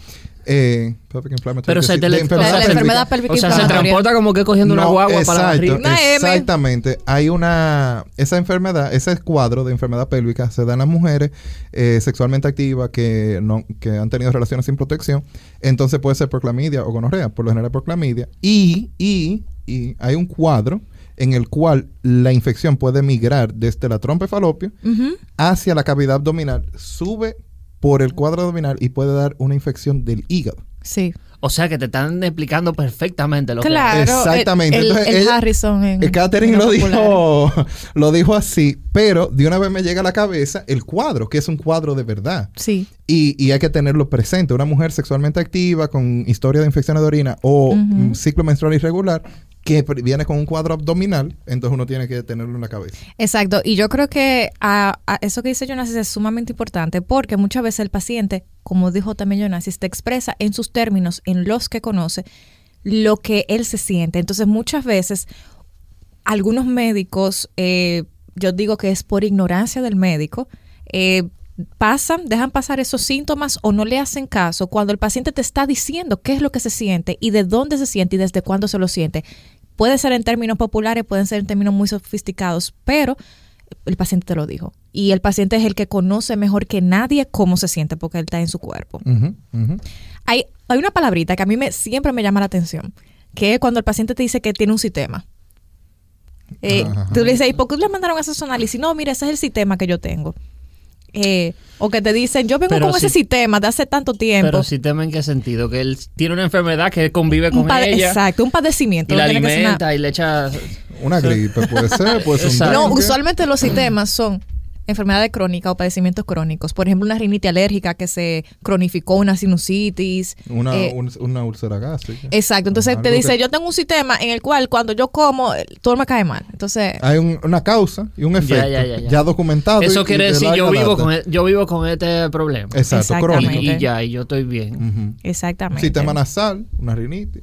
[SPEAKER 4] Eh, pelvic inflammatory
[SPEAKER 3] Pero se
[SPEAKER 4] disease,
[SPEAKER 3] te
[SPEAKER 4] de
[SPEAKER 3] le-
[SPEAKER 2] La,
[SPEAKER 3] Pero
[SPEAKER 2] la
[SPEAKER 3] esa
[SPEAKER 2] enfermedad pélvica
[SPEAKER 3] O sea, se
[SPEAKER 2] inflamatoria.
[SPEAKER 3] transporta como que cogiendo una
[SPEAKER 4] No,
[SPEAKER 3] guagua para la
[SPEAKER 4] exacto,
[SPEAKER 3] barriga.
[SPEAKER 2] Una M.
[SPEAKER 4] Exactamente. Hay una... Esa enfermedad, ese cuadro de enfermedad pélvica se da en las mujeres eh, sexualmente activas que, no, que han tenido relaciones sin protección. Entonces puede ser por clamidia o gonorrea, por lo general por clamidia. Y, y, y hay un cuadro en el cual la infección puede migrar desde la trompa de falopio
[SPEAKER 2] Ujú.
[SPEAKER 4] hacia la cavidad abdominal, sube por el cuadro abdominal y puede dar una infección del hígado.
[SPEAKER 2] Sí.
[SPEAKER 3] O sea, que te están explicando perfectamente lo
[SPEAKER 2] Claro. el-
[SPEAKER 4] Exactamente.
[SPEAKER 2] El,
[SPEAKER 4] Entonces,
[SPEAKER 2] el
[SPEAKER 4] ella-
[SPEAKER 2] Harrison en.
[SPEAKER 4] Eh, Catherine
[SPEAKER 2] en
[SPEAKER 4] lo
[SPEAKER 2] popular.
[SPEAKER 4] dijo, lo dijo así, pero de una vez me llega a la cabeza el cuadro, que es un cuadro de verdad.
[SPEAKER 2] Sí.
[SPEAKER 4] Y, y hay que tenerlo presente. Una mujer sexualmente activa con historia de infecciones de orina o
[SPEAKER 2] Ujú.
[SPEAKER 4] mm, ciclo menstrual irregular que pre- viene con un cuadro abdominal, entonces uno tiene que tenerlo en la cabeza.
[SPEAKER 2] Exacto, y yo creo que a, a eso que dice Jonas es sumamente importante porque muchas veces el paciente, como dijo también Jonas, te expresa en sus términos, en los que conoce, lo que él se siente. Entonces muchas veces algunos médicos, eh, yo digo que es por ignorancia del médico, eh, pasan, dejan pasar esos síntomas o no le hacen caso cuando el paciente te está diciendo qué es lo que se siente y de dónde se siente y desde cuándo se lo siente. Puede ser en términos populares, pueden ser en términos muy sofisticados, pero el paciente te lo dijo. Y el paciente es el que conoce mejor que nadie cómo se siente porque él está en su cuerpo.
[SPEAKER 4] Ujú, ujú.
[SPEAKER 2] Hay, hay una palabrita que a mí me, siempre me llama la atención, que es cuando el paciente te dice que tiene un sistema. Eh,
[SPEAKER 4] Ajá.
[SPEAKER 2] tú le dices, ¿y por qué le mandaron a esos análisis? No, mira, ese es el sistema que yo tengo. Eh, o que te dicen, yo vengo
[SPEAKER 3] Pero
[SPEAKER 2] con
[SPEAKER 3] si-
[SPEAKER 2] ese sistema de hace tanto tiempo.
[SPEAKER 3] Pero sistema en qué sentido? Que él tiene una enfermedad que él convive
[SPEAKER 2] Un
[SPEAKER 3] con
[SPEAKER 2] pade-
[SPEAKER 3] ella.
[SPEAKER 2] Exacto, un
[SPEAKER 3] Y
[SPEAKER 2] padecimiento.
[SPEAKER 3] la
[SPEAKER 2] no tiene que ser nada.
[SPEAKER 3] alimenta y le echa.
[SPEAKER 4] Una gripe, puede ser, puede ser un
[SPEAKER 3] Exacto.
[SPEAKER 2] No,
[SPEAKER 4] dengue.
[SPEAKER 2] usualmente los síntomas son enfermedades crónicas o padecimientos crónicos. Por ejemplo, una rinitis alérgica que se cronificó, una sinusitis.
[SPEAKER 4] Una,
[SPEAKER 2] eh,
[SPEAKER 4] un- una úlcera gástrica.
[SPEAKER 2] Exacto. Entonces
[SPEAKER 4] Ajá,
[SPEAKER 2] te
[SPEAKER 4] algo
[SPEAKER 2] dice,
[SPEAKER 4] que-
[SPEAKER 2] yo tengo un sistema en el cual cuando yo como, eh, todo me cae mal. Entonces,
[SPEAKER 4] Hay un- una causa y un efecto. Ya,
[SPEAKER 3] ya, ya, ya.
[SPEAKER 4] documentado. y-
[SPEAKER 3] Eso
[SPEAKER 4] y
[SPEAKER 3] quiere
[SPEAKER 4] de
[SPEAKER 3] decir, yo
[SPEAKER 4] larga
[SPEAKER 3] vivo,
[SPEAKER 4] data.
[SPEAKER 3] con, e- yo vivo con este problema.
[SPEAKER 4] Exacto,
[SPEAKER 3] Y,
[SPEAKER 4] crónico.
[SPEAKER 2] Exactamente.
[SPEAKER 3] y ya, y yo estoy bien.
[SPEAKER 4] Ujú.
[SPEAKER 2] exactamente.
[SPEAKER 4] Sistema nasal, una rinitis.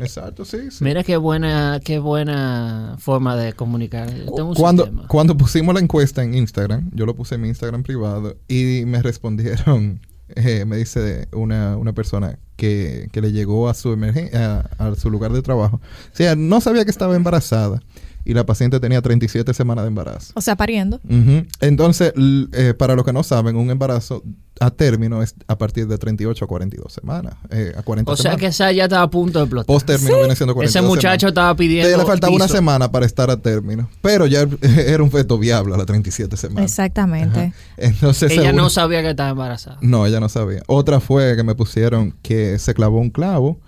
[SPEAKER 4] Exacto, sí, sí.
[SPEAKER 3] Mira qué buena, qué buena forma de comunicar. Yo tengo un
[SPEAKER 4] Cuando,
[SPEAKER 3] sistema.
[SPEAKER 4] cuando pusimos la encuesta en Instagram, yo lo puse en mi Instagram privado y me respondieron, eh, me dice una, una persona que, que le llegó a su, emergen- a, a su lugar de trabajo. O sea, no sabía que estaba embarazada y la paciente tenía 37 semanas de embarazo.
[SPEAKER 2] O sea, pariendo.
[SPEAKER 4] Ujú. Entonces, l- eh, para los que no saben, un embarazo a término es a partir de 38 a 42 semanas. eh, a 40
[SPEAKER 3] O sea
[SPEAKER 4] semanas.
[SPEAKER 3] que esa ya estaba a punto de explotar.
[SPEAKER 4] Post término viene siendo 42
[SPEAKER 3] Ese muchacho
[SPEAKER 4] semanas.
[SPEAKER 3] estaba pidiendo.
[SPEAKER 4] Ya le faltaba una
[SPEAKER 3] piso.
[SPEAKER 4] semana para estar a término. Pero ya era un feto viable a las 37 semanas.
[SPEAKER 2] Exactamente.
[SPEAKER 4] Ajá. Entonces,
[SPEAKER 3] Ella
[SPEAKER 4] seguro-
[SPEAKER 3] no sabía que estaba embarazada.
[SPEAKER 4] No, ella no sabía. Otra fue que me pusieron que se clavó un clavo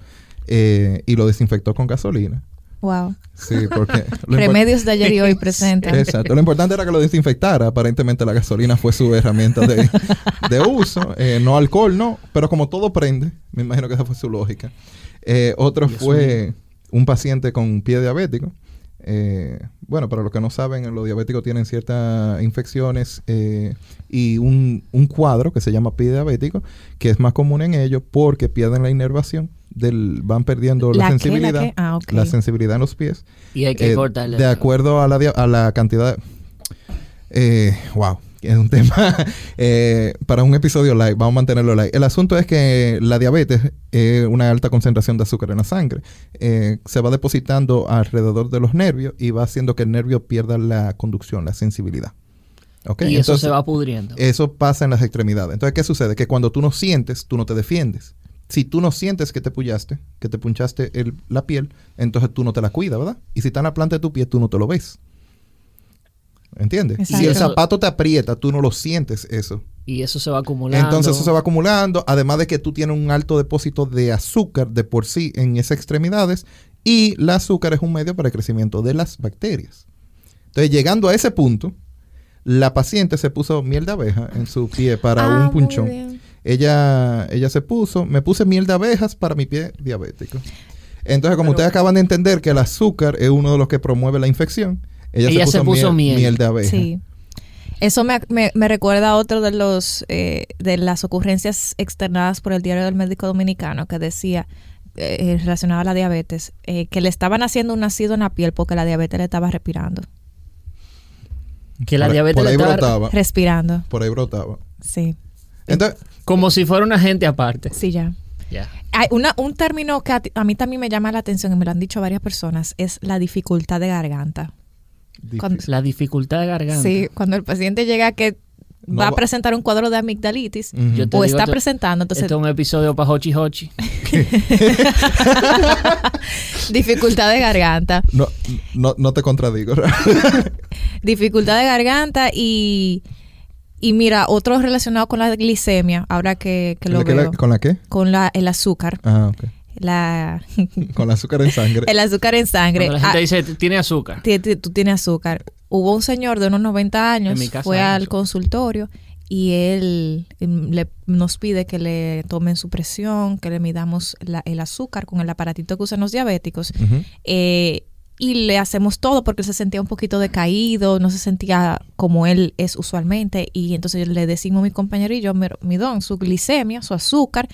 [SPEAKER 4] eh, y lo desinfectó con gasolina.
[SPEAKER 2] Wow.
[SPEAKER 4] Sí, porque... lo impor-
[SPEAKER 2] Remedios de ayer y hoy presentes.
[SPEAKER 4] Exacto. Lo importante era que lo desinfectara. Aparentemente la gasolina fue su herramienta de, de uso. Eh, no alcohol, no. Pero como todo prende, me imagino que esa fue su lógica. Eh, otro fue un paciente con pie diabético. Eh, bueno, para los que no saben, los diabéticos tienen ciertas infecciones eh, y un, un cuadro que se llama pie diabético, que es más común en ellos porque pierden la inervación, del, van perdiendo la,
[SPEAKER 2] ¿La qué, la
[SPEAKER 4] sensibilidad,
[SPEAKER 2] qué? Ah, ok.
[SPEAKER 4] la sensibilidad en los pies.
[SPEAKER 3] Y hay que
[SPEAKER 4] Eh,
[SPEAKER 3] cortarle.
[SPEAKER 4] De
[SPEAKER 3] la-
[SPEAKER 4] acuerdo a la, dia- a la cantidad. eh, wow, es un tema eh, para un episodio live. Vamos a mantenerlo live. El asunto es que la diabetes es una alta concentración de azúcar en la sangre. Eh, se va depositando alrededor de los nervios y va haciendo que el nervio pierda la conducción, la sensibilidad. ¿Ok?
[SPEAKER 3] y eso
[SPEAKER 4] Entonces, eh,
[SPEAKER 3] se va pudriendo.
[SPEAKER 4] eso pasa en las extremidades. Entonces, ¿qué sucede? Que cuando tú no sientes, tú no te defiendes. Si tú no sientes que te pullaste, que te punchaste el- la piel, entonces tú no te la cuidas, ¿verdad? Y si está en la planta de tu pie, tú no te lo ves. ¿Entiendes?
[SPEAKER 2] Exacto.
[SPEAKER 4] Si el
[SPEAKER 3] Eso-
[SPEAKER 4] zapato te aprieta, tú no lo sientes eso.
[SPEAKER 3] y eso se va acumulando.
[SPEAKER 4] Entonces eso se va acumulando, además de que tú tienes un alto depósito de azúcar de por sí en esas extremidades y el azúcar es un medio para el crecimiento de las bacterias. Entonces llegando a ese punto, la paciente se puso miel de abeja en su pie para
[SPEAKER 2] Ah,
[SPEAKER 4] un
[SPEAKER 2] muy
[SPEAKER 4] punchón.
[SPEAKER 2] bien.
[SPEAKER 4] Ella, ella se puso, me puse miel de abejas para mi pie diabético. Entonces como ustedes acaban de entender que el azúcar es uno de los que promueve la infección, ella,
[SPEAKER 3] Ella se puso miel.
[SPEAKER 4] de abeja.
[SPEAKER 2] Sí. Eso me, me- me recuerda a otro de los eh, de las ocurrencias externadas por el diario del médico dominicano que decía eh, relacionado a la diabetes eh, que le estaban haciendo un nacido en la piel porque la diabetes le estaba respirando,
[SPEAKER 3] que la
[SPEAKER 4] por,
[SPEAKER 3] diabetes
[SPEAKER 4] por
[SPEAKER 3] le
[SPEAKER 4] ahí
[SPEAKER 3] estaba-
[SPEAKER 4] brotaba.
[SPEAKER 2] respirando.
[SPEAKER 4] Por ahí brotaba.
[SPEAKER 2] Sí,
[SPEAKER 4] Entonces,
[SPEAKER 3] Como si fuera una gente aparte.
[SPEAKER 2] sí ya.
[SPEAKER 3] Ya.
[SPEAKER 2] Hay una, un término que a, ti- a mí también me llama la atención y me lo han dicho varias personas es la dificultad de garganta. Cuando-
[SPEAKER 3] La dificultad de garganta.
[SPEAKER 2] sí, cuando el paciente llega que
[SPEAKER 4] No
[SPEAKER 2] va a
[SPEAKER 4] va- Mm.
[SPEAKER 2] presentar un cuadro de amigdalitis
[SPEAKER 4] Ujú.
[SPEAKER 3] Yo te
[SPEAKER 2] o
[SPEAKER 3] digo,
[SPEAKER 2] está
[SPEAKER 3] esto-
[SPEAKER 2] presentando, entonces
[SPEAKER 3] Este es un episodio para Hochi Hochi.
[SPEAKER 2] dificultad de garganta.
[SPEAKER 4] No, no, no te contradigo.
[SPEAKER 2] Dificultad de garganta y, y mira, otro relacionado con la glicemia, ahora que, que lo
[SPEAKER 4] ¿La que la-
[SPEAKER 2] veo.
[SPEAKER 4] ¿Con la qué?
[SPEAKER 2] con la, el azúcar.
[SPEAKER 4] Ah, ok.
[SPEAKER 2] La,
[SPEAKER 4] Con el azúcar en sangre.
[SPEAKER 2] el azúcar en sangre.
[SPEAKER 3] Cuando la gente
[SPEAKER 2] Ah,
[SPEAKER 3] dice, tiene azúcar.
[SPEAKER 2] ti- ti- tú tienes azúcar. Hubo un señor de unos 90 años,
[SPEAKER 3] mi casa
[SPEAKER 2] fue
[SPEAKER 3] hay
[SPEAKER 2] al
[SPEAKER 3] eso.
[SPEAKER 2] consultorio y él mm, le- nos pide que le tomen su presión, que le midamos la- el azúcar con el aparatito que usan los diabéticos.
[SPEAKER 4] Ujú.
[SPEAKER 2] Eh, y le hacemos todo porque él se sentía un poquito decaído, no se sentía como él es usualmente. Y entonces le decimos a mi compañero y yo, "Mira, mi don, su glicemia, su azúcar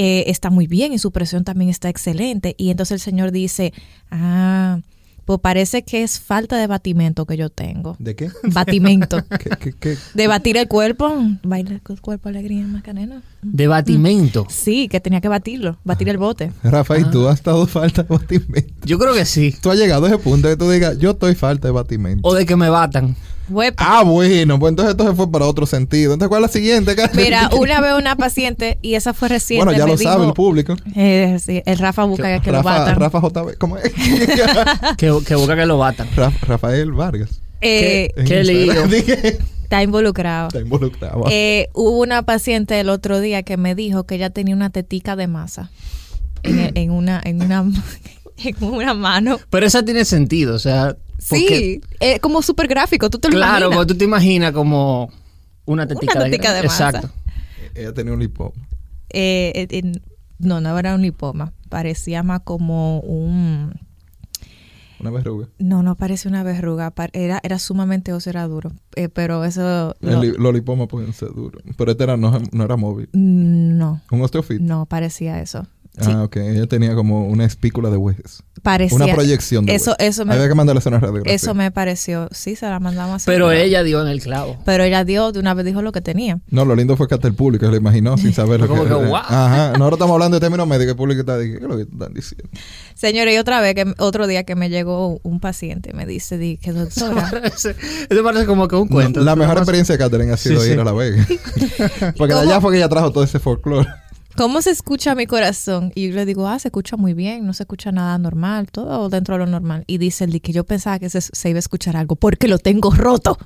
[SPEAKER 2] eh, está muy bien y su presión también está excelente. Y entonces el señor dice, ah, pues parece que es falta de batimiento que yo tengo.
[SPEAKER 4] ¿De qué?
[SPEAKER 2] Batimento.
[SPEAKER 4] ¿Qué, qué, qué?
[SPEAKER 2] De batir el cuerpo, bailar con el cuerpo, alegría, macarena.
[SPEAKER 3] De batimento.
[SPEAKER 2] Sí, que tenía que batirlo, batir el bote.
[SPEAKER 4] Rafa, ¿y
[SPEAKER 2] Ah.
[SPEAKER 4] tú has estado falta de batimento?
[SPEAKER 3] Yo creo que sí.
[SPEAKER 4] Tú has llegado a ese punto que tú digas, yo estoy falta de batimento.
[SPEAKER 3] O de que me batan.
[SPEAKER 2] Huepa.
[SPEAKER 4] Ah, bueno, pues entonces esto se fue para otro sentido. Entonces, ¿cuál es la siguiente?
[SPEAKER 2] Mira, una vez una paciente, y esa fue reciente.
[SPEAKER 4] Bueno, ya
[SPEAKER 2] me
[SPEAKER 4] lo sabe
[SPEAKER 2] dijo-
[SPEAKER 4] el público.
[SPEAKER 2] Eh, sí, el Rafa busca que, lo
[SPEAKER 4] Rafa,
[SPEAKER 2] batan.
[SPEAKER 4] Rafa JB, ¿cómo es?
[SPEAKER 2] Ah.
[SPEAKER 3] Que, que busca que lo batan.
[SPEAKER 4] Ra- Rafael Vargas.
[SPEAKER 2] Eh,
[SPEAKER 4] En
[SPEAKER 3] Qué
[SPEAKER 4] Instagram.
[SPEAKER 3] lío.
[SPEAKER 4] Dije,
[SPEAKER 2] está involucrado.
[SPEAKER 4] Está involucrado.
[SPEAKER 2] Eh, hubo una paciente el otro día que me dijo que ella tenía una tetica de masa en, en una en una en una mano.
[SPEAKER 3] Pero esa tiene sentido. O sea,
[SPEAKER 2] Sí, eh, como súper gráfico, tú te lo
[SPEAKER 3] Claro,
[SPEAKER 2] imaginas.
[SPEAKER 3] porque tú te imaginas como una tetica,
[SPEAKER 2] tetica de masa.
[SPEAKER 3] Exacto.
[SPEAKER 4] Ella tenía un lipoma.
[SPEAKER 2] Eh, eh, en- no, no era un lipoma, parecía más como un...
[SPEAKER 4] Una verruga.
[SPEAKER 2] No, no parece una verruga, pa- era, era sumamente óseo, era duro, Eh, pero eso...
[SPEAKER 4] El
[SPEAKER 2] lo-
[SPEAKER 4] li- los lipomas pueden ser duros. Pero este era, no, no era móvil.
[SPEAKER 2] Mm, no,
[SPEAKER 4] Un osteofito.
[SPEAKER 2] no parecía eso. Sí,
[SPEAKER 4] Ah, ok. Ella tenía como una espícula de huesos.
[SPEAKER 2] parecía...
[SPEAKER 4] Una proyección de
[SPEAKER 2] Eso,
[SPEAKER 4] huesos.
[SPEAKER 2] eso me,
[SPEAKER 4] Había que mandarle a una radiografía.
[SPEAKER 2] eso me pareció, sí, se la mandamos así.
[SPEAKER 3] Pero ella dio en el clavo.
[SPEAKER 2] Pero ella dio, de una vez dijo lo que tenía.
[SPEAKER 4] No, lo lindo fue que hasta el público se lo imaginó sin saber lo
[SPEAKER 3] Como
[SPEAKER 4] que
[SPEAKER 3] que,
[SPEAKER 4] era.
[SPEAKER 3] wow.
[SPEAKER 4] Ajá. Nosotros estamos hablando de términos médicos. El público está diciendo, ¿qué es lo que están diciendo?
[SPEAKER 3] Pues,
[SPEAKER 2] Señores, y otra vez, que otro día que me llegó un paciente, me dice, di- que doctora...
[SPEAKER 3] Eso parece como que un cuento.
[SPEAKER 4] la mejor experiencia de Catherine ha sido
[SPEAKER 3] Sí,
[SPEAKER 4] ir
[SPEAKER 3] sí.
[SPEAKER 4] a La Vega. Porque de allá fue que ella trajo todo ese folclore.
[SPEAKER 2] ¿Cómo se escucha mi corazón? Y yo le digo, ah, se escucha muy bien, no se escucha nada normal, todo dentro de lo normal. Y dice el que yo pensaba que se, se iba a escuchar algo porque lo tengo roto.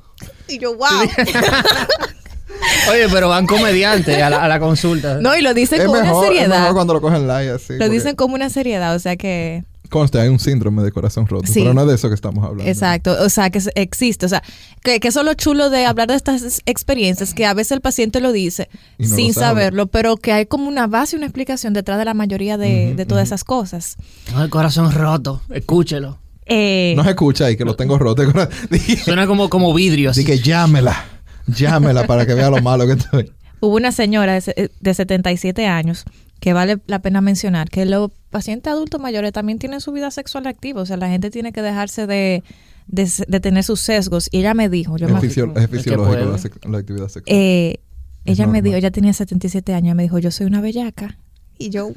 [SPEAKER 2] Y yo, wow.
[SPEAKER 3] Oye, pero van comediantes a la, a la consulta.
[SPEAKER 2] No, y lo dicen
[SPEAKER 4] es
[SPEAKER 2] con una
[SPEAKER 4] mejor, es mejor
[SPEAKER 2] seriedad.
[SPEAKER 4] cuando lo cogen live así.
[SPEAKER 2] Lo
[SPEAKER 4] porque-
[SPEAKER 2] dicen como una seriedad, o sea que,
[SPEAKER 4] Conste, hay un síndrome de corazón roto.
[SPEAKER 2] Sí.
[SPEAKER 4] Pero no es de eso que estamos hablando.
[SPEAKER 2] exacto, o sea que se- existe, o sea, que, que eso es lo chulo
[SPEAKER 4] Ah.
[SPEAKER 2] de hablar de estas es- experiencias, que a veces el paciente lo dice
[SPEAKER 4] Y no lo
[SPEAKER 2] sin
[SPEAKER 4] sabe.
[SPEAKER 2] saberlo, pero que hay como una base y una explicación detrás de la mayoría de, de todas esas cosas.
[SPEAKER 3] Tengo el corazón roto. Escúchelo.
[SPEAKER 2] Eh,
[SPEAKER 4] No se escucha ahí que lo tengo roto. el corazón. Dije,
[SPEAKER 3] Suena como, como vidrio. así.
[SPEAKER 4] dije, llámela. Llámela para que vea lo malo que estoy.
[SPEAKER 2] Hubo una señora de, se- eh, de 77 años que vale la pena mencionar que los pacientes adultos mayores también tienen su vida sexual activa. O sea, la gente tiene que dejarse de, de, se- de tener sus sesgos. Y ella me dijo, yo
[SPEAKER 4] Es,
[SPEAKER 2] me,
[SPEAKER 4] fisio- es
[SPEAKER 3] El que
[SPEAKER 4] fisiológico la,
[SPEAKER 3] puede.
[SPEAKER 4] sex- la actividad sexual.
[SPEAKER 2] eh,
[SPEAKER 4] Es
[SPEAKER 2] ella me
[SPEAKER 4] normal.
[SPEAKER 2] dijo, ella tenía 77 años, ella me dijo, yo soy una bellaca. Y yo, wow.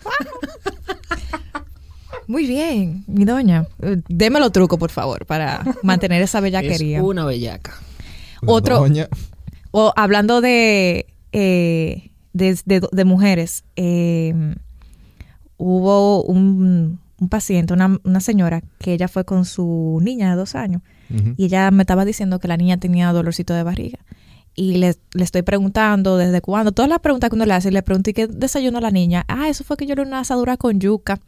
[SPEAKER 2] Muy bien, mi doña. Eh, Deme los trucos, por favor, para mantener esa
[SPEAKER 3] es
[SPEAKER 2] bellaquería.
[SPEAKER 3] una bellaca.
[SPEAKER 4] La
[SPEAKER 2] Eh, otro-
[SPEAKER 4] doña-
[SPEAKER 2] O hablando de, eh, de, de- de mujeres, eh, hubo un, un paciente, una, una señora, que ella fue con su niña de dos años
[SPEAKER 4] Ujú.
[SPEAKER 2] y ella me estaba diciendo que la niña tenía dolorcito de barriga. Y le, le estoy preguntando desde cuándo, todas las preguntas que uno le hace, le pregunto, ¿y qué desayuno la niña? Ah, eso fue que yo le di una asadura con yuca.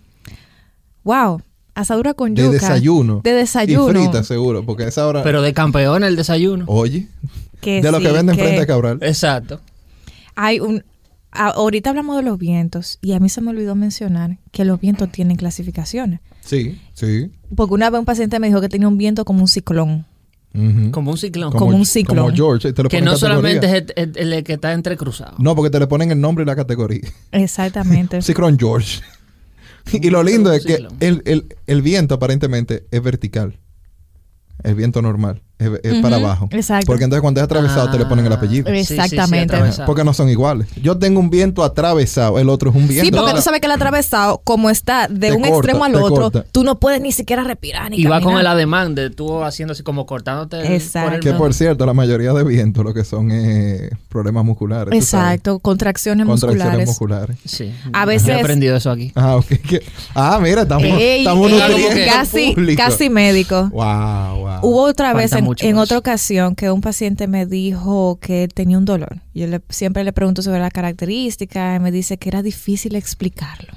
[SPEAKER 2] ¡Wow! Asadura con
[SPEAKER 4] De
[SPEAKER 2] yuca.
[SPEAKER 4] desayuno.
[SPEAKER 2] De desayuno.
[SPEAKER 4] Y frita, seguro. Porque a esa hora.
[SPEAKER 3] Pero de campeón el desayuno.
[SPEAKER 4] Oye.
[SPEAKER 2] Que
[SPEAKER 4] de lo que
[SPEAKER 2] sí,
[SPEAKER 4] venden
[SPEAKER 2] que-
[SPEAKER 4] frente a Cabral.
[SPEAKER 3] Eh. Exacto.
[SPEAKER 2] Hay un a- ahorita hablamos de los vientos y a mí se me olvidó mencionar que los vientos tienen clasificaciones.
[SPEAKER 4] Sí, sí.
[SPEAKER 2] Porque una vez un paciente me dijo que tenía un viento como un ciclón.
[SPEAKER 4] Ujú.
[SPEAKER 3] Como un ciclón.
[SPEAKER 2] Como un ciclón.
[SPEAKER 4] Mm. Como George. y te lo
[SPEAKER 3] que no
[SPEAKER 4] ponen categoría.
[SPEAKER 3] solamente es el, el- el que está entrecruzado.
[SPEAKER 4] No, porque te le ponen el nombre y la categoría.
[SPEAKER 2] Exactamente.
[SPEAKER 4] Ciclón George. y lo lindo es que
[SPEAKER 3] Ciclón.
[SPEAKER 4] el, el- el viento aparentemente es vertical. El viento normal es, es
[SPEAKER 2] Ujú,
[SPEAKER 4] para abajo.
[SPEAKER 2] exacto.
[SPEAKER 4] Porque entonces cuando es atravesado te le ponen el apellido.
[SPEAKER 3] Ah, sí, sí, sí,
[SPEAKER 2] Exactamente.
[SPEAKER 3] atravesado.
[SPEAKER 4] Porque no son iguales. Yo tengo un viento atravesado, el otro es un viento.
[SPEAKER 2] Sí, porque
[SPEAKER 3] No.
[SPEAKER 2] tú sabes que el atravesado, como está de
[SPEAKER 4] Te
[SPEAKER 2] un
[SPEAKER 4] corta,
[SPEAKER 2] extremo al
[SPEAKER 4] te
[SPEAKER 2] otro,
[SPEAKER 4] corta.
[SPEAKER 2] tú no puedes ni siquiera respirar ni
[SPEAKER 3] Y va
[SPEAKER 2] caminar.
[SPEAKER 3] con el ademán de tú haciendo así como cortándote. el-
[SPEAKER 2] Exacto.
[SPEAKER 4] Que por cierto, la mayoría de vientos lo que son eh, problemas musculares. tú sabes.
[SPEAKER 2] Exacto, contracciones,
[SPEAKER 4] Contracciones
[SPEAKER 2] musculares.
[SPEAKER 4] musculares.
[SPEAKER 3] Sí.
[SPEAKER 2] A veces-
[SPEAKER 3] Yo he aprendido eso aquí.
[SPEAKER 4] Ah, ok. que- Ah, mira, estamos,
[SPEAKER 2] Ey,
[SPEAKER 4] estamos
[SPEAKER 2] ey,
[SPEAKER 4] nutriendo al
[SPEAKER 2] casi,
[SPEAKER 4] público.
[SPEAKER 2] casi médico.
[SPEAKER 4] Wow, wow.
[SPEAKER 2] Hubo otra vez,
[SPEAKER 3] Falta
[SPEAKER 2] en,
[SPEAKER 3] mucho
[SPEAKER 2] en
[SPEAKER 3] más.
[SPEAKER 2] otra ocasión, que un paciente me dijo que él tenía un dolor. Yo le- siempre le pregunto sobre la característica y me dice que era difícil explicarlo.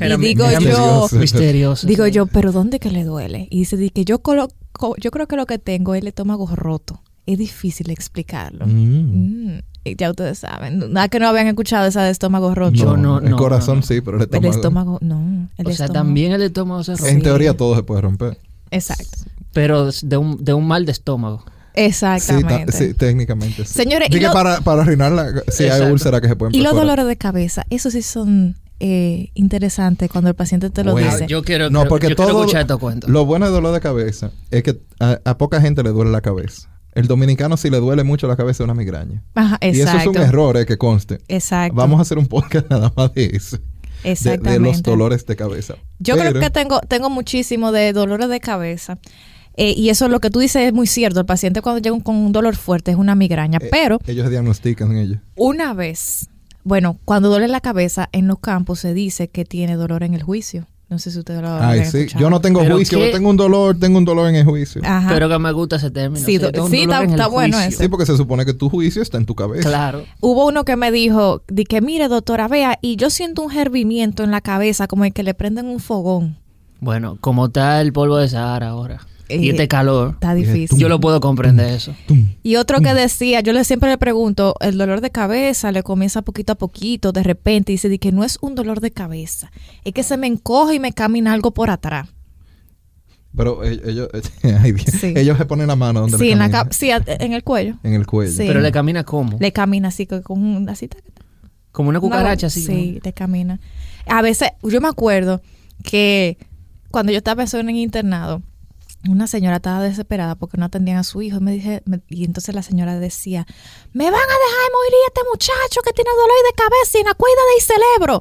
[SPEAKER 3] Era
[SPEAKER 2] Y digo yo-
[SPEAKER 4] misterioso.
[SPEAKER 3] Misterioso.
[SPEAKER 2] Digo yo, ¿pero dónde que le duele? Y dice di que yo, colo- co- yo creo que lo que tengo es el estómago roto. Es difícil explicarlo.
[SPEAKER 4] Mm.
[SPEAKER 2] Mm, y ya ustedes saben. Nada que no habían escuchado esa de estómago roto.
[SPEAKER 3] Yo no,
[SPEAKER 4] El
[SPEAKER 3] no,
[SPEAKER 4] corazón
[SPEAKER 3] no, no.
[SPEAKER 4] sí, pero el
[SPEAKER 2] El
[SPEAKER 4] estómago.
[SPEAKER 2] estómago, no. El
[SPEAKER 3] O sea,
[SPEAKER 2] estómago-
[SPEAKER 3] también el estómago se rompe.
[SPEAKER 4] En
[SPEAKER 2] Sí.
[SPEAKER 4] teoría todo se puede romper.
[SPEAKER 2] Exacto.
[SPEAKER 3] Pero de un, de un mal de estómago.
[SPEAKER 4] Sí, ta-
[SPEAKER 2] Exactamente.
[SPEAKER 4] sí, técnicamente. Sí.
[SPEAKER 2] Señores, y
[SPEAKER 4] Dije
[SPEAKER 2] lo-
[SPEAKER 4] para, para arruinar la. Sí, hay
[SPEAKER 3] Exacto.
[SPEAKER 4] úlceras que se pueden
[SPEAKER 2] Y los
[SPEAKER 4] perforar.
[SPEAKER 2] dolores de cabeza, esos sí son eh, interesantes cuando el paciente te lo
[SPEAKER 4] Bueno,
[SPEAKER 2] dice.
[SPEAKER 3] Yo quiero,
[SPEAKER 4] No,
[SPEAKER 3] creo-
[SPEAKER 4] porque
[SPEAKER 3] yo quiero
[SPEAKER 4] todo.
[SPEAKER 3] escuchar estos cuentos.
[SPEAKER 4] Lo bueno del dolor de cabeza es que a, a poca gente le duele la cabeza. El dominicano, si le duele mucho la cabeza, es una migraña.
[SPEAKER 2] Ajá,
[SPEAKER 4] Y eso
[SPEAKER 2] exacto.
[SPEAKER 4] es un error, eh, que conste.
[SPEAKER 2] Exacto.
[SPEAKER 4] Vamos a hacer un podcast nada más de eso. de- De,
[SPEAKER 2] Exactamente.
[SPEAKER 4] los dolores de cabeza.
[SPEAKER 2] Yo
[SPEAKER 4] Pero-
[SPEAKER 2] creo que tengo, tengo muchísimo de dolores de cabeza. Eh, y eso lo que tú dices es muy cierto. El paciente cuando llega un- con un dolor fuerte es una migraña.
[SPEAKER 4] eh,
[SPEAKER 2] pero
[SPEAKER 4] Ellos se diagnostican en ellos.
[SPEAKER 2] una vez, bueno, cuando duele la cabeza en los campos se dice que tiene dolor en el juicio. Oh, No sé si ustedes lo
[SPEAKER 4] Ay,
[SPEAKER 2] habían
[SPEAKER 4] sí.
[SPEAKER 2] escuchado.
[SPEAKER 4] Yo no tengo
[SPEAKER 3] ¿Pero
[SPEAKER 4] juicio.
[SPEAKER 3] qué?
[SPEAKER 4] Yo tengo un dolor, tengo un dolor en el juicio.
[SPEAKER 2] Ajá.
[SPEAKER 3] Pero que me gusta ese término.
[SPEAKER 2] Sí,
[SPEAKER 3] o sea,
[SPEAKER 2] do-
[SPEAKER 3] un
[SPEAKER 2] sí,
[SPEAKER 3] dolor
[SPEAKER 2] está-
[SPEAKER 3] en el
[SPEAKER 2] está bueno
[SPEAKER 3] juicio.
[SPEAKER 2] ese.
[SPEAKER 4] Sí, porque se supone que tu juicio está en tu cabeza.
[SPEAKER 3] Claro.
[SPEAKER 2] Hubo uno que me dijo, di que mire doctora, vea, y yo siento un hervimiento en la cabeza, como el que le prenden un fogón.
[SPEAKER 3] Bueno, como está el polvo de Sahara ahora.
[SPEAKER 2] eh,
[SPEAKER 3] y este calor.
[SPEAKER 2] está
[SPEAKER 4] dije,
[SPEAKER 2] difícil.
[SPEAKER 4] tú-
[SPEAKER 3] Yo lo puedo comprender eso.
[SPEAKER 4] Tum.
[SPEAKER 2] Y otro que decía, yo le siempre le pregunto, el dolor de cabeza le comienza poquito a poquito, de repente, y dice di que no es un dolor de cabeza, es que se me encoge y me camina algo por atrás.
[SPEAKER 4] Pero e- ellos, ay, Dios.
[SPEAKER 2] Sí.
[SPEAKER 4] ellos se ponen la mano donde
[SPEAKER 2] Sí,
[SPEAKER 4] le
[SPEAKER 2] en, la
[SPEAKER 4] camina.
[SPEAKER 2] cap- sí, a- en el cuello.
[SPEAKER 4] en el cuello.
[SPEAKER 2] Sí.
[SPEAKER 3] Pero le camina como.
[SPEAKER 2] Le camina así, que con una cita.
[SPEAKER 3] como una cucaracha, así.
[SPEAKER 2] Sí, le camina. A veces, yo me acuerdo que cuando yo estaba en el internado, una señora estaba desesperada porque no atendían a su hijo y me dije me- y entonces la señora decía me van a dejar morir a este muchacho que tiene dolor de cabeza y no cuida del cerebro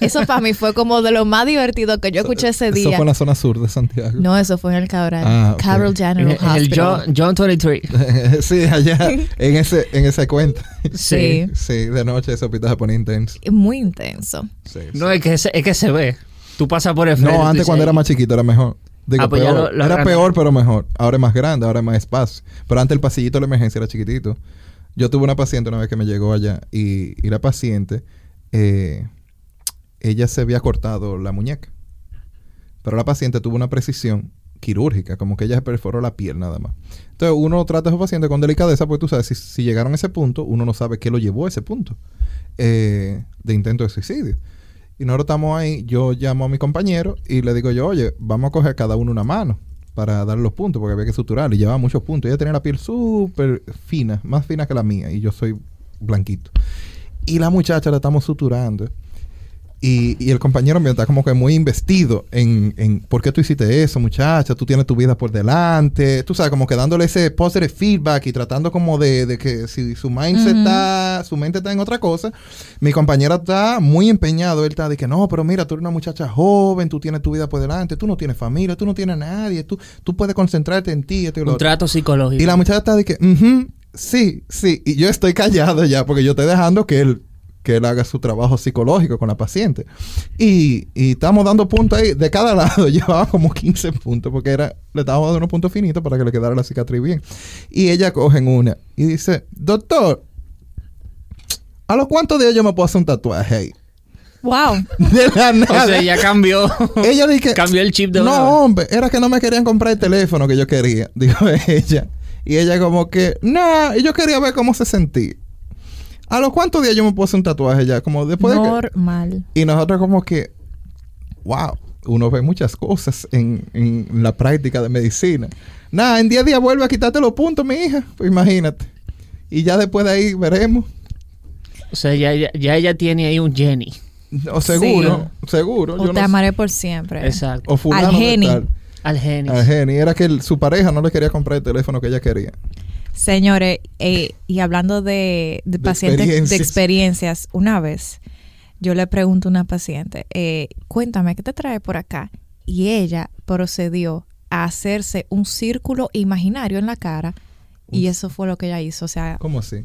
[SPEAKER 2] eso para mí fue como de lo más divertido que yo escuché ese
[SPEAKER 4] Eso
[SPEAKER 2] día
[SPEAKER 4] fue en la zona sur de Santiago.
[SPEAKER 2] no eso fue en el Cabral
[SPEAKER 4] Ah, ok.
[SPEAKER 2] Cabral
[SPEAKER 3] como- En
[SPEAKER 2] General
[SPEAKER 3] el, en el
[SPEAKER 2] Hospital
[SPEAKER 3] John, John 23.
[SPEAKER 4] sí, allá en ese en esa cuenta.
[SPEAKER 2] Sí.
[SPEAKER 4] Sí, de noche ese hospital se pone intenso.
[SPEAKER 2] muy intenso
[SPEAKER 4] Sí, sí.
[SPEAKER 3] No, es que, se, es que se ve. Tú pasas por el frente.
[SPEAKER 4] No,
[SPEAKER 3] tú
[SPEAKER 4] antes
[SPEAKER 3] dices,
[SPEAKER 4] cuando era más chiquito era mejor. Digo,
[SPEAKER 3] Ah, pues ya
[SPEAKER 4] peor.
[SPEAKER 3] lo- lo
[SPEAKER 4] era
[SPEAKER 3] agranda.
[SPEAKER 4] peor, pero mejor. Ahora es más grande, ahora es más espacio. Pero antes el pasillito de la emergencia era chiquitito. Yo tuve una paciente una vez que me llegó allá y, y la paciente, eh, ella se había cortado la muñeca. Pero la paciente tuvo una precisión quirúrgica, como que ella se perforó la piel nada más. Entonces uno trata a esos pacientes con delicadeza, porque tú sabes, si, si llegaron a ese punto, uno no sabe qué lo llevó a ese punto eh, de intento de suicidio. Y nosotros estamos ahí, yo llamo a mi compañero y le digo yo, oye, vamos a coger cada uno una mano para dar los puntos, porque había que suturar y llevaba muchos puntos. Ella tenía la piel súper fina, más fina que la mía, y yo soy blanquito. Y la muchacha la estamos suturando. Y, y el compañero mío está como que muy investido en, en por qué tú hiciste eso, muchacha, tú tienes tu vida por delante, tú sabes, como que dándole ese positive feedback y tratando como de, de que si su mindset
[SPEAKER 2] Ujú.
[SPEAKER 4] está, su mente está en otra cosa, mi compañera está muy empeñado, él está de que no, pero mira, tú eres una muchacha joven, tú tienes tu vida por delante, tú no tienes familia, tú no tienes nadie, tú, tú puedes concentrarte en ti, esto y lo
[SPEAKER 3] Un
[SPEAKER 4] otro".
[SPEAKER 3] trato psicológico.
[SPEAKER 4] Y la muchacha está de que, "Ujú, sí, sí. Y yo estoy callado ya porque yo estoy dejando que él, que él haga su trabajo psicológico con la paciente. Y, y estamos dando puntos ahí. De cada lado llevaba como 15 puntos porque era, le estábamos dando unos puntos finitos para que le quedara la cicatriz bien. Y ella coge en una y dice, doctor, ¿a los cuántos días yo me puedo hacer un tatuaje ahí?
[SPEAKER 2] wow
[SPEAKER 4] De la nada.
[SPEAKER 3] O sea, ya cambió.
[SPEAKER 4] Ella dije,
[SPEAKER 3] cambió el chip de una vez.
[SPEAKER 4] no, hombre, era que no me querían comprar el teléfono que yo quería, dijo ella. Y ella como que, no, y yo quería ver cómo se sentía. A los cuantos días yo me puse un tatuaje ya, como después de que-
[SPEAKER 2] normal
[SPEAKER 4] Y nosotros como que, wow, uno ve muchas cosas en, en la práctica de medicina. Nada, en 10 días vuelve a quitarte los puntos, mi hija, pues imagínate. Y ya después de ahí veremos.
[SPEAKER 3] O sea, ya, ya, ya ella tiene ahí un Jenny.
[SPEAKER 4] O seguro, seguro.
[SPEAKER 2] o
[SPEAKER 4] yo
[SPEAKER 2] te
[SPEAKER 4] no sé.
[SPEAKER 2] amaré por siempre
[SPEAKER 3] Exacto.
[SPEAKER 4] o fulano de
[SPEAKER 2] Geni.
[SPEAKER 4] tal.
[SPEAKER 3] Al Jenny.
[SPEAKER 4] Al Ah, Geni. Era que el- su pareja no le quería comprar el teléfono que ella quería.
[SPEAKER 2] Señores, eh, y hablando de, de
[SPEAKER 4] De
[SPEAKER 2] pacientes, de
[SPEAKER 4] experiencias.
[SPEAKER 2] experiencias, una vez yo le pregunto a una paciente, eh, cuéntame, ¿qué te trae por acá? Y ella procedió a hacerse un círculo imaginario en la cara y eso fue lo que ella hizo. O sea,
[SPEAKER 4] ¿Cómo así?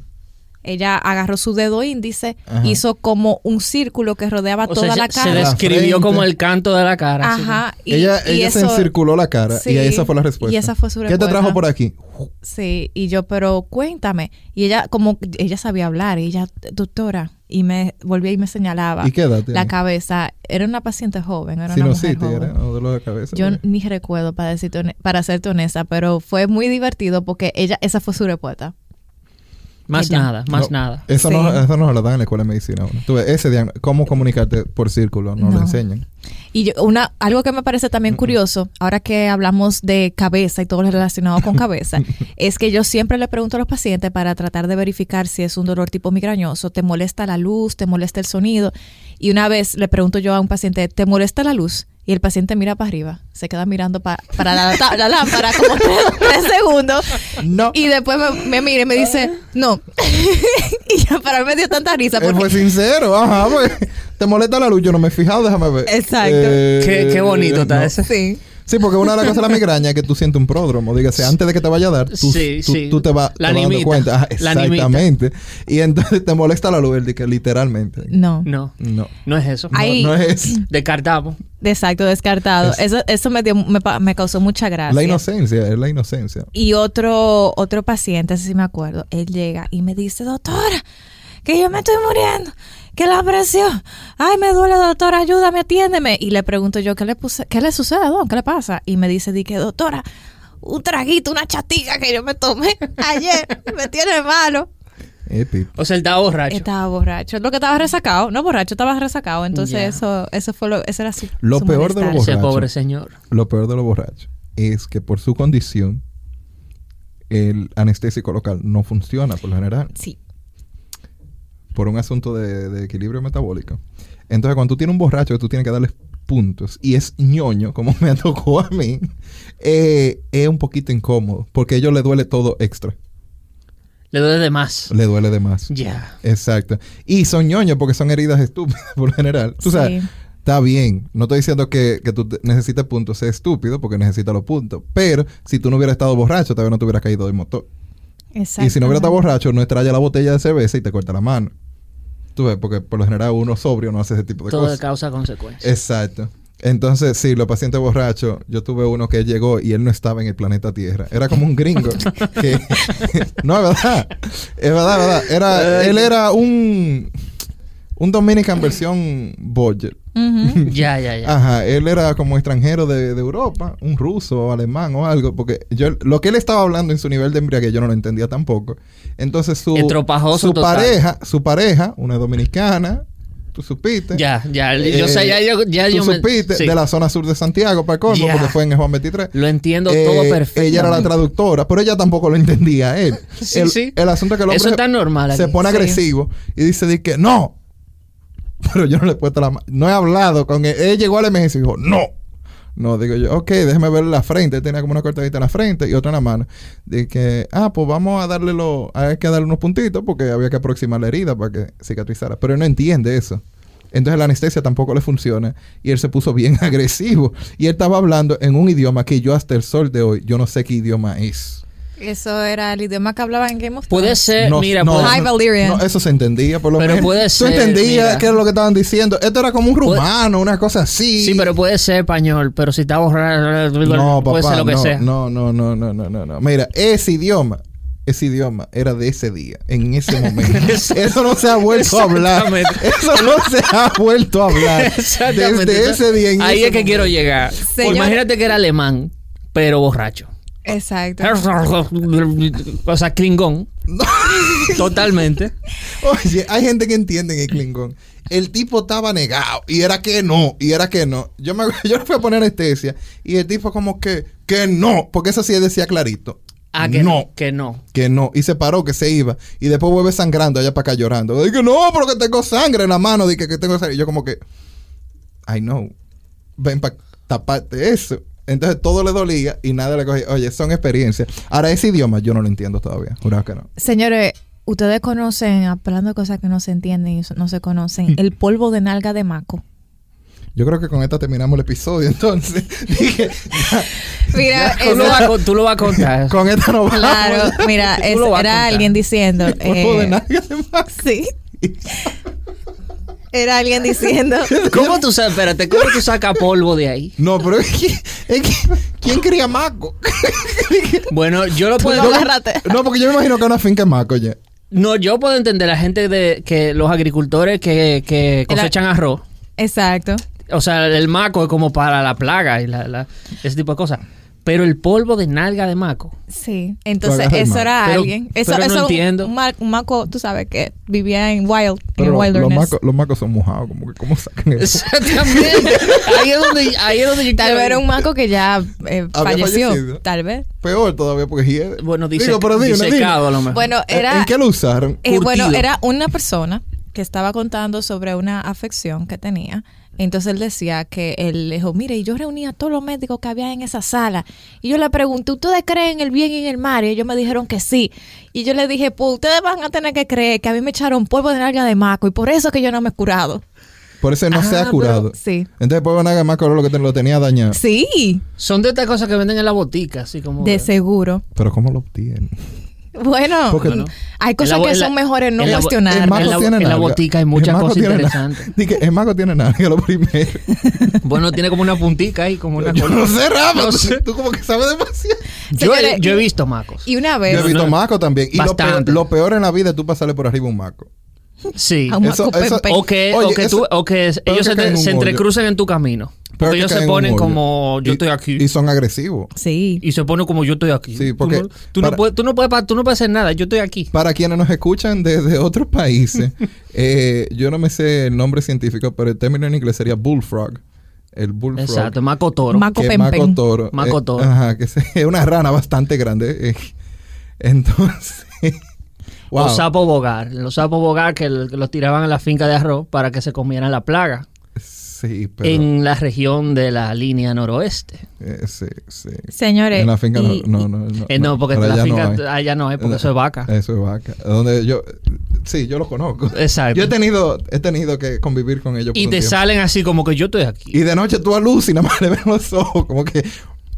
[SPEAKER 2] ella agarró su dedo índice,
[SPEAKER 4] Ajá.
[SPEAKER 2] hizo como un círculo que rodeaba
[SPEAKER 3] O sea,
[SPEAKER 2] toda
[SPEAKER 3] se-
[SPEAKER 2] la
[SPEAKER 3] se
[SPEAKER 2] cara.
[SPEAKER 4] des-
[SPEAKER 3] describió
[SPEAKER 4] La frente.
[SPEAKER 3] como el canto de la cara. así como-
[SPEAKER 2] Ajá. Y,
[SPEAKER 4] ella
[SPEAKER 2] y
[SPEAKER 4] ella se
[SPEAKER 2] eso-
[SPEAKER 4] encirculó la cara
[SPEAKER 2] Sí,
[SPEAKER 4] y esa fue la respuesta.
[SPEAKER 2] y esa fue su
[SPEAKER 4] ¿Qué te trajo
[SPEAKER 2] respuesta.
[SPEAKER 4] por aquí?
[SPEAKER 2] Sí, y yo, pero cuéntame. Y ella, como ella sabía hablar, y ella, doctora, y me volvía y me señalaba
[SPEAKER 4] ¿Y qué edad
[SPEAKER 2] la
[SPEAKER 4] tiene?
[SPEAKER 2] cabeza. Era una paciente joven, era una mujer
[SPEAKER 4] Sinusitis
[SPEAKER 2] joven.
[SPEAKER 4] era, o dolor de cabeza.
[SPEAKER 2] Yo
[SPEAKER 4] Porque-
[SPEAKER 2] ni recuerdo para decirte hone- para serte honesta, pero fue muy divertido porque ella, esa fue su respuesta.
[SPEAKER 3] Más
[SPEAKER 2] Ella.
[SPEAKER 3] nada, más
[SPEAKER 4] No,
[SPEAKER 3] nada.
[SPEAKER 4] Eso,
[SPEAKER 2] Sí.
[SPEAKER 4] no, eso no lo dan en la escuela de medicina. a uno. Tú ves, ese día, cómo comunicarte por círculo,
[SPEAKER 2] No.
[SPEAKER 4] no, lo enseñan.
[SPEAKER 2] Y yo- una, algo que me parece también curioso, ahora que hablamos de cabeza y todo lo relacionado con cabeza, es que yo siempre le pregunto a los pacientes para tratar de verificar si es un dolor tipo migrañoso, ¿te molesta la luz? ¿Te molesta el sonido? Y una vez le pregunto yo a un paciente, ¿te molesta la luz? Y el paciente mira para arriba, se queda mirando pa- para la, ta- la lámpara como tres, tres segundos
[SPEAKER 4] No.
[SPEAKER 2] y después me, me mira y me dice, no. y ya para mí me dio tanta risa.
[SPEAKER 4] Él
[SPEAKER 2] Porque,
[SPEAKER 4] eh, fue sincero. Ajá, pues. Te molesta la luz, yo no me he fijado, déjame ver.
[SPEAKER 2] Exacto.
[SPEAKER 4] Eh,
[SPEAKER 3] Qué, qué bonito está
[SPEAKER 4] no.
[SPEAKER 3] ese.
[SPEAKER 2] sí.
[SPEAKER 4] Sí, porque una de las cosas de la migraña es que tú sientes un pródromo. Dígase, antes de que te vaya a dar, tú,
[SPEAKER 3] Sí,
[SPEAKER 4] tú-
[SPEAKER 3] sí.
[SPEAKER 4] tú te, va,
[SPEAKER 3] La
[SPEAKER 4] te vas dando
[SPEAKER 3] animita.
[SPEAKER 4] cuenta. Ajá,
[SPEAKER 3] La animita.
[SPEAKER 4] exactamente. y entonces te molesta la luz, él dice, literalmente.
[SPEAKER 2] No.
[SPEAKER 3] No,
[SPEAKER 4] No.
[SPEAKER 3] no es eso.
[SPEAKER 4] No,
[SPEAKER 2] Ahí-
[SPEAKER 4] no es eso.
[SPEAKER 3] Descartamos.
[SPEAKER 2] Exacto, descartado. Eso, eso me, dio- me, pa- me causó mucha gracia.
[SPEAKER 4] La inocencia, es la inocencia.
[SPEAKER 2] Y otro, otro paciente, ese sí me acuerdo, él llega y me dice, doctora, que yo me estoy muriendo, que la presión, ay, me duele, doctora, ayúdame, atiéndeme. Y le pregunto yo, ¿qué le, puse, qué le sucede, don? ¿Qué le pasa? Y me dice, di que, doctora, un traguito, una chatica que yo me tomé ayer. me tiene malo.
[SPEAKER 4] Epi.
[SPEAKER 3] O sea, él está borracho.
[SPEAKER 2] Estaba borracho. Lo que estaba resacado. No borracho, estaba resacado. Entonces
[SPEAKER 3] Ya.
[SPEAKER 2] eso eso fue lo, ese era su
[SPEAKER 4] Lo
[SPEAKER 2] su
[SPEAKER 4] peor de lo
[SPEAKER 2] malestar.
[SPEAKER 4] borracho.
[SPEAKER 3] Ese pobre señor.
[SPEAKER 4] Lo peor de los borrachos es que por su condición el anestésico local no funciona por lo general
[SPEAKER 2] Sí.
[SPEAKER 4] por un asunto de, de equilibrio metabólico. Entonces, cuando tú tienes un borracho, tú tienes que darle puntos y es ñoño, como me tocó a mí, eh, es un poquito incómodo porque a ellos le duele todo extra.
[SPEAKER 3] Le duele de más.
[SPEAKER 4] Le duele de más.
[SPEAKER 3] Ya.
[SPEAKER 4] Exacto. Y son ñoños porque son heridas estúpidas por lo general. Tú sabes,
[SPEAKER 2] Sí.
[SPEAKER 4] está bien. No estoy diciendo que, que tú te- necesites puntos, es estúpido porque necesitas los puntos. Pero si tú no hubieras estado borracho, tal vez no te hubieras caído del motor.
[SPEAKER 2] Exacto.
[SPEAKER 4] Y si no hubiera estado borracho, no extraña la botella de cerveza y te corta la mano. Tú ves, porque por lo general uno sobrio no hace ese tipo de
[SPEAKER 3] Todo
[SPEAKER 4] cosas.
[SPEAKER 3] de causa consecuencia.
[SPEAKER 4] Exacto. Entonces, sí, los pacientes borrachos, yo tuve uno que llegó y él no estaba en el planeta Tierra. Era como un gringo. que- no, es verdad. Es verdad, es verdad. Era, él era un, un Dominican versión Boyer.
[SPEAKER 2] Ujú.
[SPEAKER 3] Ya, ya, ya.
[SPEAKER 4] Ajá, él era como extranjero de, de Europa, un ruso o alemán o algo, porque yo lo que él estaba hablando en su nivel de embriaguez yo no lo entendía tampoco. Entonces su,
[SPEAKER 3] Estropajoso
[SPEAKER 4] su
[SPEAKER 3] total.
[SPEAKER 4] pareja, su pareja, una dominicana, tú supiste.
[SPEAKER 3] Ya, ya.
[SPEAKER 4] Eh,
[SPEAKER 3] Yo sé, ya yo, ya
[SPEAKER 4] tú
[SPEAKER 3] yo me-
[SPEAKER 4] supiste
[SPEAKER 3] sí.
[SPEAKER 4] de la zona sur de Santiago, para colmo,
[SPEAKER 3] Ya.
[SPEAKER 4] porque fue en el Juan 23.
[SPEAKER 3] Lo entiendo
[SPEAKER 4] Eh,
[SPEAKER 3] todo perfecto.
[SPEAKER 4] Ella era la traductora, pero ella tampoco lo entendía a él.
[SPEAKER 3] Sí,
[SPEAKER 4] el,
[SPEAKER 3] sí.
[SPEAKER 4] el asunto es que el hombre
[SPEAKER 3] Eso está normal
[SPEAKER 4] se
[SPEAKER 3] aquí.
[SPEAKER 4] pone
[SPEAKER 2] Sí.
[SPEAKER 4] agresivo y dice de que no. Pero yo no le he puesto la mano. No he hablado con él. Él llegó a la emergencia y dijo, no. No, digo yo, ok, déjeme ver la frente. Él tenía como una cortadita en la frente y otra en la mano. De que, ah, pues vamos a darle lo, hay que darle unos puntitos porque había que aproximar la herida para que cicatrizara. Pero él no entiende eso. Entonces la anestesia tampoco le funciona y él se puso bien agresivo. Y él estaba hablando en un idioma que yo hasta el sol de hoy, yo no sé qué idioma es.
[SPEAKER 2] Eso era el idioma que hablaba en Game of
[SPEAKER 3] Puede
[SPEAKER 2] Thrones.
[SPEAKER 3] ser,
[SPEAKER 4] No,
[SPEAKER 3] mira,
[SPEAKER 4] no,
[SPEAKER 3] puede,
[SPEAKER 2] High Valyrian.
[SPEAKER 4] no, eso se entendía, por lo
[SPEAKER 3] Pero
[SPEAKER 4] menos.
[SPEAKER 3] puede ser,
[SPEAKER 4] Tú entendías
[SPEAKER 3] mira.
[SPEAKER 4] qué era lo que estaban diciendo. Esto era como un rumano, una cosa así.
[SPEAKER 3] sí, pero puede ser español, pero si está borrado,
[SPEAKER 4] No,
[SPEAKER 3] puede
[SPEAKER 4] papá,
[SPEAKER 3] ser lo que
[SPEAKER 4] no,
[SPEAKER 3] sea.
[SPEAKER 4] no, no, no, no, no, no, no. Mira, ese idioma, ese idioma era de ese día, en ese momento. eso no se ha vuelto a hablar.
[SPEAKER 3] Exactamente.
[SPEAKER 4] Eso no se ha vuelto a hablar.
[SPEAKER 3] Exactamente.
[SPEAKER 4] Desde ese día en
[SPEAKER 3] Ahí
[SPEAKER 4] ese
[SPEAKER 3] es que
[SPEAKER 4] momento.
[SPEAKER 3] quiero llegar.
[SPEAKER 2] Señor-
[SPEAKER 3] Imagínate que era alemán, pero borracho.
[SPEAKER 2] Exacto.
[SPEAKER 3] O sea, Klingon. Totalmente.
[SPEAKER 4] Oye, hay gente que entiende en el Klingon. El tipo estaba negado y era que no, y era que no. Yo me yo le fui a poner anestesia y el tipo como que que no, porque eso sí él decía clarito.
[SPEAKER 3] Ah, que
[SPEAKER 4] no.
[SPEAKER 3] no. Que no.
[SPEAKER 4] Que no, y se paró, que se iba, y después vuelve sangrando allá para acá llorando. Dije, no, pero que tengo sangre en la mano, dije que tengo sangre. Y yo, como que, I know, ven para taparte eso. Entonces todo le dolía y nada le cogía. Oye, son experiencias. Ahora, ese idioma yo no lo entiendo todavía, jurado que no.
[SPEAKER 2] Señores, ustedes conocen, hablando de cosas que no se entienden y no se conocen, el polvo de nalga de maco.
[SPEAKER 4] Yo creo que con esta terminamos el episodio, entonces. Dije,
[SPEAKER 2] Mira,
[SPEAKER 3] Tú lo, vas, a con- tú lo vas a contar.
[SPEAKER 4] con esta no vamos.
[SPEAKER 2] Claro, mira,
[SPEAKER 3] Tú
[SPEAKER 2] es-
[SPEAKER 3] lo vas a
[SPEAKER 2] era
[SPEAKER 3] contar.
[SPEAKER 2] alguien diciendo.
[SPEAKER 4] El polvo
[SPEAKER 2] eh,
[SPEAKER 4] de nadie se va.
[SPEAKER 2] Sí. Era alguien diciendo.
[SPEAKER 3] ¿Cómo tú sabes? Espérate, ¿cómo tú sacas polvo de ahí?
[SPEAKER 4] No, pero es que, es que- ¿quién cría maco?
[SPEAKER 3] Bueno, yo lo puedo.
[SPEAKER 2] lo agárrate.
[SPEAKER 4] No, porque yo me imagino que una finca es maco ya.
[SPEAKER 3] No, yo puedo entender la gente de que los agricultores que, que
[SPEAKER 2] El a-
[SPEAKER 3] cosechan arroz.
[SPEAKER 2] Exacto.
[SPEAKER 3] O sea, el maco es como para la plaga y la, la- ese tipo de cosas. Pero el polvo de nalga de maco.
[SPEAKER 2] Sí. Entonces,
[SPEAKER 4] agarras el
[SPEAKER 2] eso
[SPEAKER 4] maco.
[SPEAKER 2] era
[SPEAKER 3] Pero-
[SPEAKER 2] alguien. Eso,
[SPEAKER 3] pero no
[SPEAKER 2] eso
[SPEAKER 3] entiendo.
[SPEAKER 2] Un, mar- un maco, tú sabes, que vivía en Wild, en el
[SPEAKER 4] Pero lo- los
[SPEAKER 2] Wilderness.
[SPEAKER 4] macos los macos son mojados, como que cómo sacan eso.
[SPEAKER 3] Exactamente. ahí es donde, ahí es donde yo
[SPEAKER 2] Tal
[SPEAKER 3] quiero
[SPEAKER 2] vez
[SPEAKER 3] ir.
[SPEAKER 2] era un maco que ya eh,
[SPEAKER 4] Había
[SPEAKER 2] falleció.
[SPEAKER 4] fallecido.
[SPEAKER 2] Tal vez.
[SPEAKER 4] Peor todavía porque hiede.
[SPEAKER 3] Bueno, dice,
[SPEAKER 4] Digo, pero dime, dime.
[SPEAKER 3] disecado a lo mejor.
[SPEAKER 2] Bueno,
[SPEAKER 4] ¿En-
[SPEAKER 2] era.
[SPEAKER 4] ¿En qué lo usaron?
[SPEAKER 2] Eh, bueno,
[SPEAKER 3] Curtido.
[SPEAKER 2] era una persona que estaba contando sobre una afección que tenía. Entonces él decía que él dijo, mire, y yo reunía a todos los médicos que había en esa sala. Y yo le pregunté, ¿ustedes creen en el bien y en el mal? Y ellos me dijeron que sí. Y yo le dije, pues ustedes van a tener que creer que a mí me echaron polvo de nalga de maco y por eso es que yo no me he curado.
[SPEAKER 4] Por eso no se
[SPEAKER 3] Ah,
[SPEAKER 4] ha
[SPEAKER 3] pero-
[SPEAKER 4] curado.
[SPEAKER 2] Sí.
[SPEAKER 4] Entonces, pues van a más color lo que te- lo tenía dañado.
[SPEAKER 2] Sí,
[SPEAKER 3] Son de estas cosas que venden en la botica, así como.
[SPEAKER 2] de seguro.
[SPEAKER 4] Pero ¿cómo lo obtienen?
[SPEAKER 2] Bueno,
[SPEAKER 4] Porque-
[SPEAKER 2] mm, hay
[SPEAKER 3] En
[SPEAKER 2] cosas
[SPEAKER 3] la bo-
[SPEAKER 2] que
[SPEAKER 3] en la-
[SPEAKER 2] son mejores no
[SPEAKER 3] en la bo-
[SPEAKER 2] cuestionar.
[SPEAKER 4] El
[SPEAKER 3] en
[SPEAKER 4] maco
[SPEAKER 3] la-
[SPEAKER 4] tiene
[SPEAKER 3] en la
[SPEAKER 4] nalga.
[SPEAKER 3] botica hay
[SPEAKER 4] El
[SPEAKER 3] muchas
[SPEAKER 4] maco
[SPEAKER 3] cosas
[SPEAKER 4] tiene nalga.
[SPEAKER 3] interesantes.
[SPEAKER 4] Dije, el maco tiene nalga, lo primero.
[SPEAKER 3] Bueno, tiene como una puntica ahí, como una.
[SPEAKER 4] Yo
[SPEAKER 3] cola.
[SPEAKER 4] no sé, Rafa.
[SPEAKER 3] No
[SPEAKER 4] tú-
[SPEAKER 3] sé.
[SPEAKER 4] Tú como que sabes demasiado.
[SPEAKER 3] Yo,
[SPEAKER 2] Señores,
[SPEAKER 3] he, yo he visto macos.
[SPEAKER 2] Y una
[SPEAKER 4] Yo he
[SPEAKER 2] vez,
[SPEAKER 4] visto
[SPEAKER 3] Pues no.
[SPEAKER 4] maco también. Y lo peor,
[SPEAKER 3] Bastante.
[SPEAKER 4] lo peor en la vida es tú pasarle por arriba a un maco.
[SPEAKER 3] Sí.
[SPEAKER 2] a un maco
[SPEAKER 4] Eso- eso-
[SPEAKER 2] pepe.
[SPEAKER 3] O que, o
[SPEAKER 4] Oye,
[SPEAKER 3] que,
[SPEAKER 4] eso-
[SPEAKER 3] tú, o que
[SPEAKER 4] Pero
[SPEAKER 3] ellos
[SPEAKER 4] que
[SPEAKER 3] se,
[SPEAKER 4] caen en
[SPEAKER 3] te-
[SPEAKER 4] un
[SPEAKER 3] se
[SPEAKER 4] hoyo.
[SPEAKER 3] entrecrucen en tu camino.
[SPEAKER 4] Pero
[SPEAKER 3] Porque
[SPEAKER 4] que
[SPEAKER 3] ellos se
[SPEAKER 4] caen en un
[SPEAKER 3] ponen
[SPEAKER 4] hoyo.
[SPEAKER 3] como, yo
[SPEAKER 4] Y-
[SPEAKER 3] estoy aquí.
[SPEAKER 4] Y son agresivos.
[SPEAKER 2] Sí.
[SPEAKER 3] Y se pone como yo estoy aquí.
[SPEAKER 4] Sí,
[SPEAKER 3] Tú
[SPEAKER 4] porque
[SPEAKER 3] no- Tú no,
[SPEAKER 4] para-
[SPEAKER 3] puedes, tú, no puedes, pa- tú no puedes hacer nada, yo estoy aquí.
[SPEAKER 4] Para quienes nos escuchan desde otros países, eh, yo no me sé el nombre científico, pero el término en inglés sería bullfrog. El bullfrog.
[SPEAKER 3] Exacto, Maco Toro.
[SPEAKER 2] Maco-
[SPEAKER 4] que es
[SPEAKER 2] Pempen.
[SPEAKER 4] Maco Toro.
[SPEAKER 3] Maco
[SPEAKER 4] eh,
[SPEAKER 3] Toro.
[SPEAKER 4] ajá, que se- es una rana bastante grande. eh. Entonces. wow.
[SPEAKER 3] Los sapos bogar. Los sapos bogar que l- que los tiraban a la finca de arroz para que se comieran la plaga
[SPEAKER 4] Sí, pero.
[SPEAKER 3] en la región de la línea noroeste.
[SPEAKER 4] eh, sí, sí.
[SPEAKER 2] Señores.
[SPEAKER 4] En la finca no,
[SPEAKER 2] y-
[SPEAKER 4] no, no,
[SPEAKER 3] Eh, no, porque
[SPEAKER 4] para
[SPEAKER 3] la
[SPEAKER 4] allá
[SPEAKER 3] finca
[SPEAKER 4] hay. Eh,
[SPEAKER 3] allá no es, porque eso es vaca.
[SPEAKER 4] Eso es vaca. Donde yo. Sí, yo los conozco.
[SPEAKER 3] Exacto.
[SPEAKER 4] Yo he tenido, he tenido que convivir con ellos. por
[SPEAKER 3] y
[SPEAKER 4] un
[SPEAKER 3] te
[SPEAKER 4] tiempo.
[SPEAKER 3] salen así como que yo estoy aquí.
[SPEAKER 4] Y de noche tú alucinas, más le ven los ojos, como que.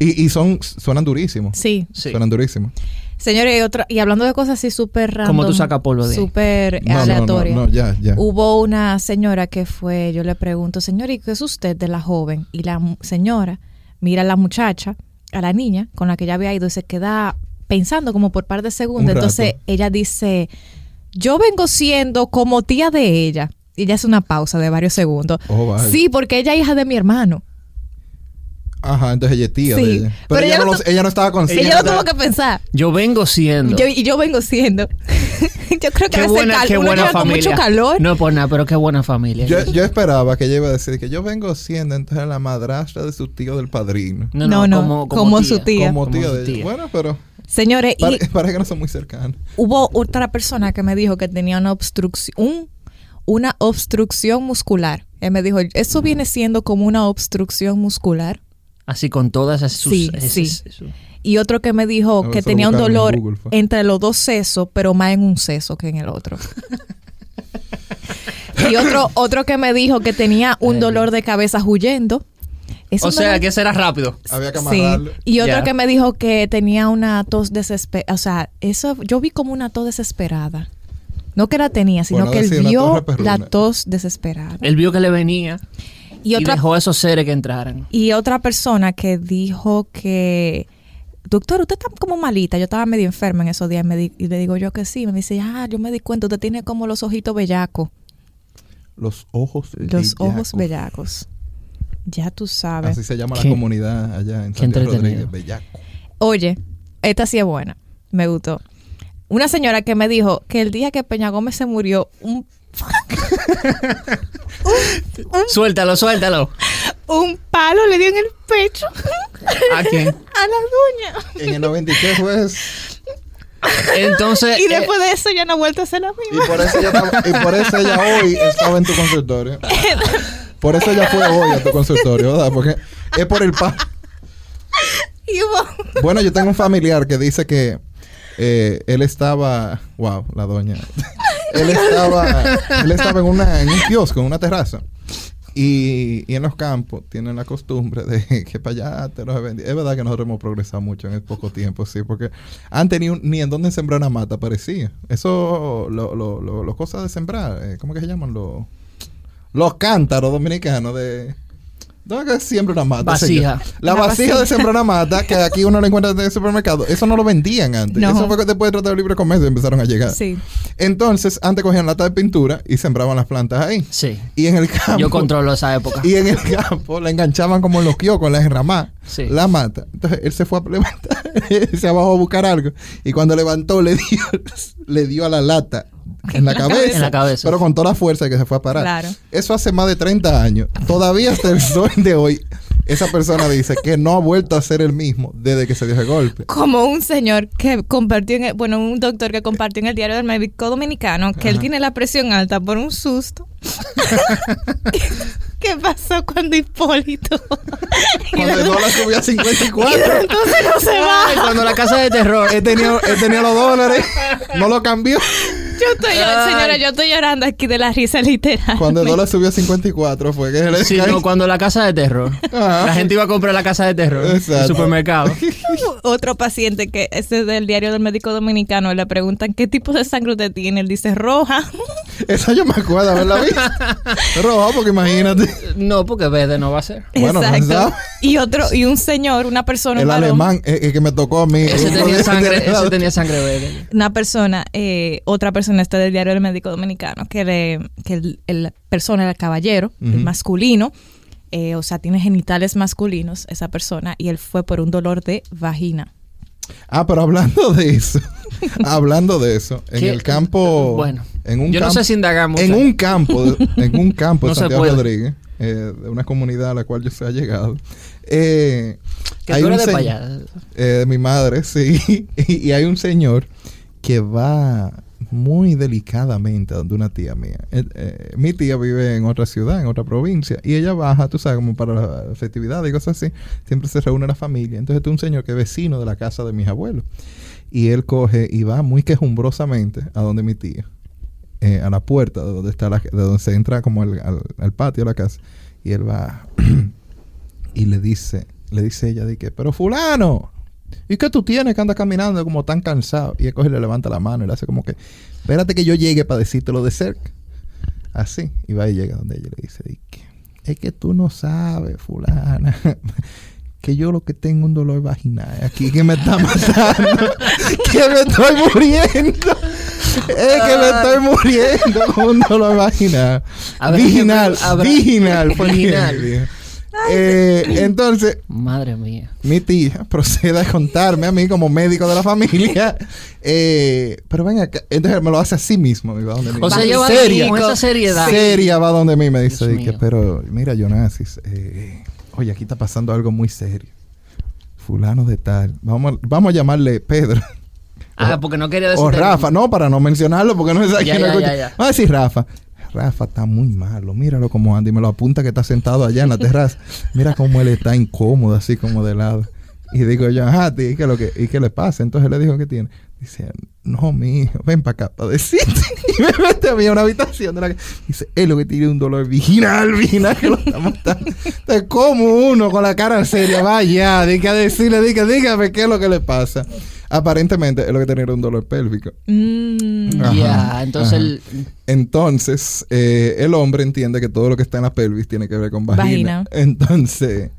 [SPEAKER 4] Y, y son, suenan durísimos.
[SPEAKER 2] Sí.
[SPEAKER 3] Sí.
[SPEAKER 4] Suenan durísimos.
[SPEAKER 2] Señores, y, otra- y hablando de cosas así súper random.
[SPEAKER 3] tú sacas polvo de ahí?
[SPEAKER 2] Súper
[SPEAKER 4] No, no, no,
[SPEAKER 2] aleatorias.
[SPEAKER 4] no, ya, ya.
[SPEAKER 2] Hubo una señora que fue, yo le pregunto, señor, ¿y qué es usted de la joven? Y la mu- señora mira a la muchacha, a la niña con la que ya había ido y se queda pensando como por par de segundos.
[SPEAKER 4] Un rato.
[SPEAKER 2] Entonces ella dice, yo vengo siendo como tía de ella. Y ella hace una pausa de varios segundos.
[SPEAKER 4] Oh, vaya.
[SPEAKER 2] sí, porque ella es hija de mi hermano.
[SPEAKER 4] Ajá, entonces ella es tía
[SPEAKER 2] Sí,
[SPEAKER 4] de ella. Pero, ella, no, lo-
[SPEAKER 2] tu-
[SPEAKER 4] ella no estaba consciente.
[SPEAKER 2] ella lo tuvo que pensar.
[SPEAKER 3] Yo vengo siendo.
[SPEAKER 2] Yo- y yo vengo siendo. yo creo que
[SPEAKER 3] qué
[SPEAKER 2] hace
[SPEAKER 3] buena, qué
[SPEAKER 2] cálculo,
[SPEAKER 3] buena
[SPEAKER 2] era con
[SPEAKER 3] familia.
[SPEAKER 2] mucho calor.
[SPEAKER 3] No por nada, pero qué buena familia.
[SPEAKER 4] Yo, yo esperaba que ella iba a decir que yo vengo siendo entonces la madrastra de su tío del padrino.
[SPEAKER 3] no,
[SPEAKER 2] No, no, como su tía.
[SPEAKER 4] Como,
[SPEAKER 3] Como
[SPEAKER 4] tío
[SPEAKER 3] su
[SPEAKER 4] de ella.
[SPEAKER 3] tía.
[SPEAKER 4] Bueno, pero
[SPEAKER 2] Señores, y
[SPEAKER 4] pare- parece que no son muy cercanos.
[SPEAKER 2] hubo otra persona que me dijo que tenía una obstrucción, un- una obstrucción muscular. Él me dijo, eso viene siendo como una obstrucción muscular.
[SPEAKER 3] Así con todas esas sus-
[SPEAKER 2] Sí,
[SPEAKER 3] esas-
[SPEAKER 2] sí.
[SPEAKER 3] esas-
[SPEAKER 2] Y otro que me dijo
[SPEAKER 4] No,
[SPEAKER 2] que
[SPEAKER 4] eso lo
[SPEAKER 2] tenía un
[SPEAKER 4] buscaron en
[SPEAKER 2] dolor
[SPEAKER 4] Google, fue.
[SPEAKER 2] entre los dos sesos, pero más en un seso que en el otro. y otro, otro que me dijo que tenía un dolor de cabeza huyendo. Es
[SPEAKER 3] O
[SPEAKER 2] un
[SPEAKER 3] sea,
[SPEAKER 2] dolor-
[SPEAKER 3] que será rápido.
[SPEAKER 4] Había que
[SPEAKER 2] Sí.
[SPEAKER 4] amarrarlo.
[SPEAKER 2] Y otro
[SPEAKER 3] Ya.
[SPEAKER 2] que me dijo que tenía una tos desesperada. O sea, eso yo vi como una tos desesperada. No que la tenía, sino
[SPEAKER 4] Bueno,
[SPEAKER 2] que él
[SPEAKER 4] decía una
[SPEAKER 2] vio
[SPEAKER 4] tos reperruna.
[SPEAKER 2] la tos desesperada.
[SPEAKER 3] Él vio que le venía Eh, y,
[SPEAKER 2] Y otra,
[SPEAKER 3] dejó a esos seres que entraran.
[SPEAKER 2] y otra persona que dijo que, doctor, usted está como malita. Yo estaba medio enferma en esos días y me di- y le digo yo que sí. Me dice, ah, yo me di cuenta, usted tiene como los ojitos bellacos.
[SPEAKER 4] Los ojos
[SPEAKER 2] Los ojos
[SPEAKER 4] bellacos.
[SPEAKER 2] bellacos. Ya tú sabes.
[SPEAKER 4] Así se llama la
[SPEAKER 3] Qué-
[SPEAKER 4] comunidad allá en
[SPEAKER 3] qué
[SPEAKER 4] Santiago
[SPEAKER 3] entretenido.
[SPEAKER 4] Rodríguez. Bellaco.
[SPEAKER 2] Oye, esta sí es buena. Me gustó. Una señora que me dijo que el día que Peña Gómez se murió, un,
[SPEAKER 3] Suéltalo, suéltalo.
[SPEAKER 2] un palo le dio en el pecho
[SPEAKER 3] ¿A quién?
[SPEAKER 2] a la dueña.
[SPEAKER 4] En el 93 fue eso.
[SPEAKER 3] Entonces,
[SPEAKER 2] Y
[SPEAKER 3] eh,
[SPEAKER 2] después de eso ya no ha vuelto a ser la misma.
[SPEAKER 4] Y por eso ella, estaba- y por eso ella hoy estaba en tu consultorio. Por eso ella fue hoy a tu consultorio, ¿verdad? Porque es por el pa.
[SPEAKER 2] Y hubo-
[SPEAKER 4] Bueno, yo tengo un familiar que dice que eh, él estaba. Wow, la doña. él estaba. Él estaba en una, en un kiosco, en una terraza. Y, y en los campos tienen la costumbre de que para allá te los vendi- Es verdad que nosotros hemos progresado mucho en el poco tiempo, sí, porque antes ni, un- ni en dónde sembrar una mata parecía. Eso, lo, lo, lo- lo cosas de sembrar, eh, ¿cómo que se llaman? Los, los cántaros dominicanos de... ¿Dónde que siembra una mata?
[SPEAKER 3] Vasija.
[SPEAKER 4] señor? La,
[SPEAKER 2] La
[SPEAKER 4] vasija,
[SPEAKER 2] vasija.
[SPEAKER 4] de sembrar una mata, que aquí uno la encuentra en el supermercado. Eso no lo vendían antes.
[SPEAKER 2] No.
[SPEAKER 4] Eso fue después del Tratado de Libre Comercio empezaron a llegar.
[SPEAKER 2] Sí.
[SPEAKER 4] Entonces, antes cogían lata de pintura y sembraban las plantas ahí.
[SPEAKER 3] eh, sí.
[SPEAKER 4] Y en el campo...
[SPEAKER 3] Yo controlo esa época.
[SPEAKER 4] Y en el campo la enganchaban como en los kioscos, la enramada,
[SPEAKER 3] Sí.
[SPEAKER 4] la mata. Entonces él se fue a levantar, él se bajó a buscar algo. Y cuando levantó, le dio, le dio a la lata en la cabeza.
[SPEAKER 3] En la cabeza.
[SPEAKER 4] Pero con toda la fuerza que se fue a parar.
[SPEAKER 2] Claro.
[SPEAKER 4] Eso hace más de 30 años. Todavía hasta el sol de hoy, esa persona dice que no ha vuelto a ser el mismo desde que se dio ese golpe.
[SPEAKER 2] Como un señor que compartió, en el- bueno, un doctor que compartió en el diario del médico dominicano que él tiene la presión alta por un susto. ¿Qué pasó cuando Hipólito? y
[SPEAKER 4] Cuando el
[SPEAKER 2] de-
[SPEAKER 4] dólar subió a
[SPEAKER 2] y
[SPEAKER 4] 54.
[SPEAKER 2] de entonces no se va.
[SPEAKER 3] Ay, cuando la casa de terror. eh,
[SPEAKER 4] He tenido, he tenido los dólares, no lo cambió.
[SPEAKER 2] Yo estoy,
[SPEAKER 3] Ay.
[SPEAKER 2] señora, yo estoy llorando aquí de la risa literal.
[SPEAKER 4] Cuando el dólar subió a 54 fue que le
[SPEAKER 3] Sí, no, cuando la casa de terror.
[SPEAKER 4] Ajá.
[SPEAKER 3] La gente iba a comprar la casa de terror.
[SPEAKER 4] Exacto.
[SPEAKER 3] El supermercado.
[SPEAKER 2] Otro paciente que este es del diario del médico dominicano le preguntan qué tipo de sangre usted tiene, él dice roja.
[SPEAKER 4] Esa yo me acuerdo haberla visto. Roja, porque imagínate.
[SPEAKER 3] No, porque verde no va a ser.
[SPEAKER 4] Bueno, ¿verdad?
[SPEAKER 2] Y otro y un señor, una persona,
[SPEAKER 4] El
[SPEAKER 2] un varón,
[SPEAKER 4] alemán eh, eh, que me tocó a mí.
[SPEAKER 3] Ese tenía sangre, ese tenía sangre verde.
[SPEAKER 2] una persona, eh, otra persona este del diario del médico dominicano que le, que el, el persona, el caballero, el masculino eh, o sea, tiene genitales masculinos esa persona y él fue por un dolor de vagina.
[SPEAKER 4] Ah, pero hablando de eso, hablando de eso, en
[SPEAKER 3] ¿Qué?
[SPEAKER 4] el campo,
[SPEAKER 3] Bueno,
[SPEAKER 4] en un
[SPEAKER 3] yo no
[SPEAKER 4] campo-
[SPEAKER 3] sé si indagamos.
[SPEAKER 4] en un campo, de- en un campo de
[SPEAKER 3] No se
[SPEAKER 4] Santiago
[SPEAKER 3] puede.
[SPEAKER 4] Rodríguez, eh, de una comunidad a la cual yo se ha llegado. eh,
[SPEAKER 3] que tú eres de
[SPEAKER 4] señ-
[SPEAKER 3] para allá.
[SPEAKER 4] eh, de mi madre, sí, y, y hay un señor que va muy delicadamente a donde una tía mía. Eh, eh, mi tía vive en otra ciudad, en otra provincia, y ella baja, tú sabes, como para la festividad y cosas así. Siempre se reúne la familia. Entonces, tú un señor que es vecino de la casa de mis abuelos. Y él coge y va muy quejumbrosamente a donde mi tía, eh, a la puerta de donde, está la- de donde se entra como al, al- al patio de la casa. Y él va y le dice, le dice ella, de que, pero fulano, ¿y qué tú tienes que andas caminando como tan cansado? Y él coge y le levanta la mano y le hace como que, espérate que yo llegue para decírtelo de cerca. Así, y va y llega donde ella y le dice, de que, es que tú no sabes, fulana. Que yo lo que tengo un dolor vaginal aquí que me está matando, que me estoy muriendo, es que me estoy muriendo con un dolor vaginal.
[SPEAKER 3] Habrá que-
[SPEAKER 4] Vaginal,
[SPEAKER 3] habrá-
[SPEAKER 4] vaginal, fue quien
[SPEAKER 3] Vaginal.
[SPEAKER 4] dijo. Eh, entonces,
[SPEAKER 3] Madre mía.
[SPEAKER 4] mi tía procede a contarme a mí como médico de la familia. eh, pero ven acá. Entonces me lo hace a sí mismo. me va donde mí.
[SPEAKER 3] O sea, yo
[SPEAKER 4] seria.
[SPEAKER 3] con esa seriedad.
[SPEAKER 4] Seria va donde mí me dice.
[SPEAKER 3] Dios
[SPEAKER 4] de que,
[SPEAKER 3] mío.
[SPEAKER 4] pero mira, Jonasis, eh, oye, aquí está pasando algo muy serio. Fulano de tal. Vamos, a- vamos a llamarle Pedro.
[SPEAKER 3] Ah, porque no quería decir.
[SPEAKER 4] O Rafa, no, para no mencionarlo, porque no es aquí.
[SPEAKER 3] Ya,
[SPEAKER 4] no
[SPEAKER 3] ya,
[SPEAKER 4] escucha.
[SPEAKER 3] ya, ya.
[SPEAKER 4] Vamos a decir Rafa. Rafa está muy malo, míralo como Andy, me lo apunta que está sentado allá en la terraza. Mira cómo él está incómodo, así como de lado. Y digo yo, ajá, ¿y qué, lo que, ¿y qué le pasa? Entonces le dijo que tiene. Dice, no, mi hijo, ven para acá para decirte. Y me mete a mí a una habitación. De la... Dice, es lo que tiene un dolor vaginal, vaginal, que lo está matando. Entonces, como uno con la cara seria, vaya, diga a decirle, diga, dígame qué es lo que le pasa. Aparentemente es lo que tenía era un dolor pélvico.
[SPEAKER 2] Mm,
[SPEAKER 3] Ya,
[SPEAKER 4] Ajá,
[SPEAKER 3] entonces
[SPEAKER 4] ajá.
[SPEAKER 3] el-
[SPEAKER 4] Entonces, eh, el hombre entiende que todo lo que está en la pelvis tiene que ver con vagina.
[SPEAKER 2] Vagina.
[SPEAKER 4] Entonces,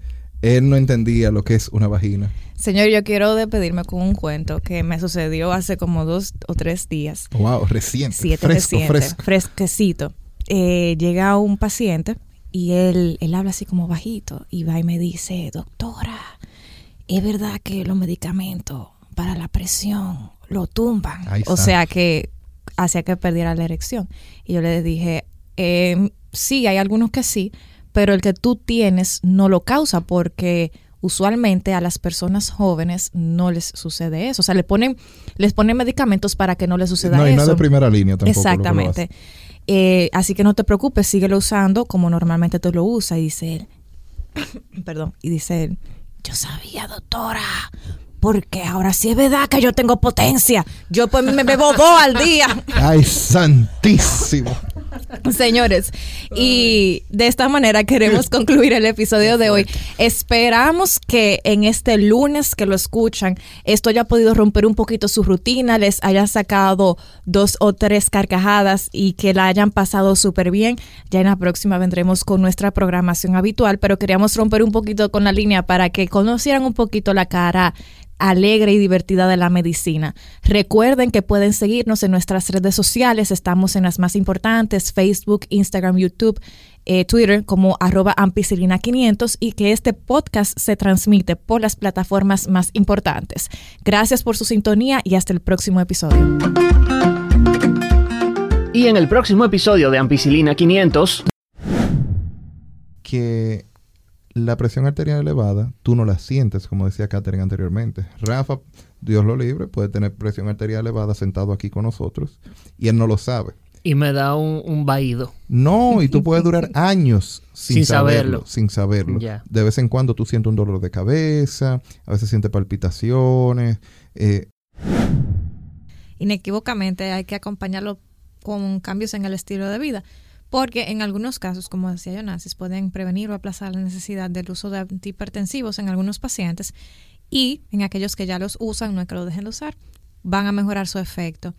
[SPEAKER 4] él no entendía lo que es una vagina.
[SPEAKER 2] Señor, yo quiero despedirme con un cuento que me sucedió hace como dos o tres días.
[SPEAKER 4] Wow, reciente.
[SPEAKER 2] Siete
[SPEAKER 4] fresco,
[SPEAKER 2] reciente,
[SPEAKER 4] fresco.
[SPEAKER 2] fresquecito. Eh, llega un paciente y él, él habla así como bajito y va y me dice, doctora, es verdad que los medicamentos para la presión lo tumban.
[SPEAKER 4] Ahí
[SPEAKER 2] o
[SPEAKER 4] está.
[SPEAKER 2] sea que hacía que perdiera la erección. Y yo le dije, "Em, sí, hay algunos que sí, pero el que tú tienes no lo causa porque usualmente a las personas jóvenes no les sucede eso. O sea, le ponen, les ponen medicamentos para que no les suceda
[SPEAKER 4] No, y
[SPEAKER 2] eso.
[SPEAKER 4] no es de primera línea tampoco. lo que lo
[SPEAKER 2] Exactamente.
[SPEAKER 4] hace.
[SPEAKER 2] Eh, así que no te preocupes, síguelo usando como normalmente tú lo usas. Y dice él, perdón, y dice él, yo sabía, doctora, porque ahora sí es verdad que yo tengo potencia. Yo pues me bebo dos al día.
[SPEAKER 4] Ay, santísimo.
[SPEAKER 2] Señores, y de esta manera queremos concluir el episodio de hoy. Esperamos que en este lunes que lo escuchan, esto haya podido romper un poquito su rutina, les haya sacado dos o tres carcajadas y que la hayan pasado súper bien. Ya en la próxima vendremos con nuestra programación habitual, pero queríamos romper un poquito con la línea para que conocieran un poquito la cara alegre y divertida de la medicina. Recuerden que pueden seguirnos en nuestras redes sociales, estamos en las más importantes, Facebook, Instagram, YouTube, eh, Twitter como arroba ampicilina500 y que este podcast se transmite por las plataformas más importantes. Gracias por su sintonía y hasta el próximo episodio.
[SPEAKER 1] Y en el próximo episodio de Ampicilina 500.
[SPEAKER 4] Que la presión arterial elevada, tú no la sientes, como decía Katherine anteriormente. Rafa, Dios lo libre, puede tener presión arterial elevada sentado aquí con nosotros y él no lo sabe.
[SPEAKER 3] Y me da un, un vaído.
[SPEAKER 4] No, y tú puedes durar años sin,
[SPEAKER 3] Sin
[SPEAKER 4] saberlo,
[SPEAKER 3] saberlo.
[SPEAKER 4] Sin saberlo.
[SPEAKER 3] Ya.
[SPEAKER 4] De vez en cuando tú sientes un dolor de cabeza, a veces sientes palpitaciones. eh,
[SPEAKER 2] inequívocamente hay que acompañarlo con cambios en el estilo de vida, porque en algunos casos, como decía Jonasis, pueden prevenir o aplazar la necesidad del uso de antihipertensivos en algunos pacientes y en aquellos que ya los usan, no es que lo dejen de usar, van a mejorar su efecto.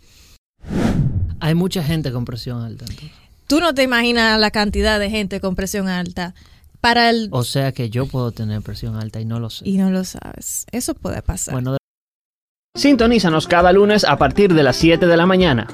[SPEAKER 3] Hay mucha gente con presión alta. entonces.
[SPEAKER 2] Tú no te imaginas la cantidad de gente con presión alta para el...
[SPEAKER 3] O sea que yo puedo tener presión alta y no lo sé.
[SPEAKER 2] Y no lo sabes. Eso puede pasar.
[SPEAKER 3] Bueno,
[SPEAKER 1] Sintonízanos cada lunes a partir de las 7 de la mañana.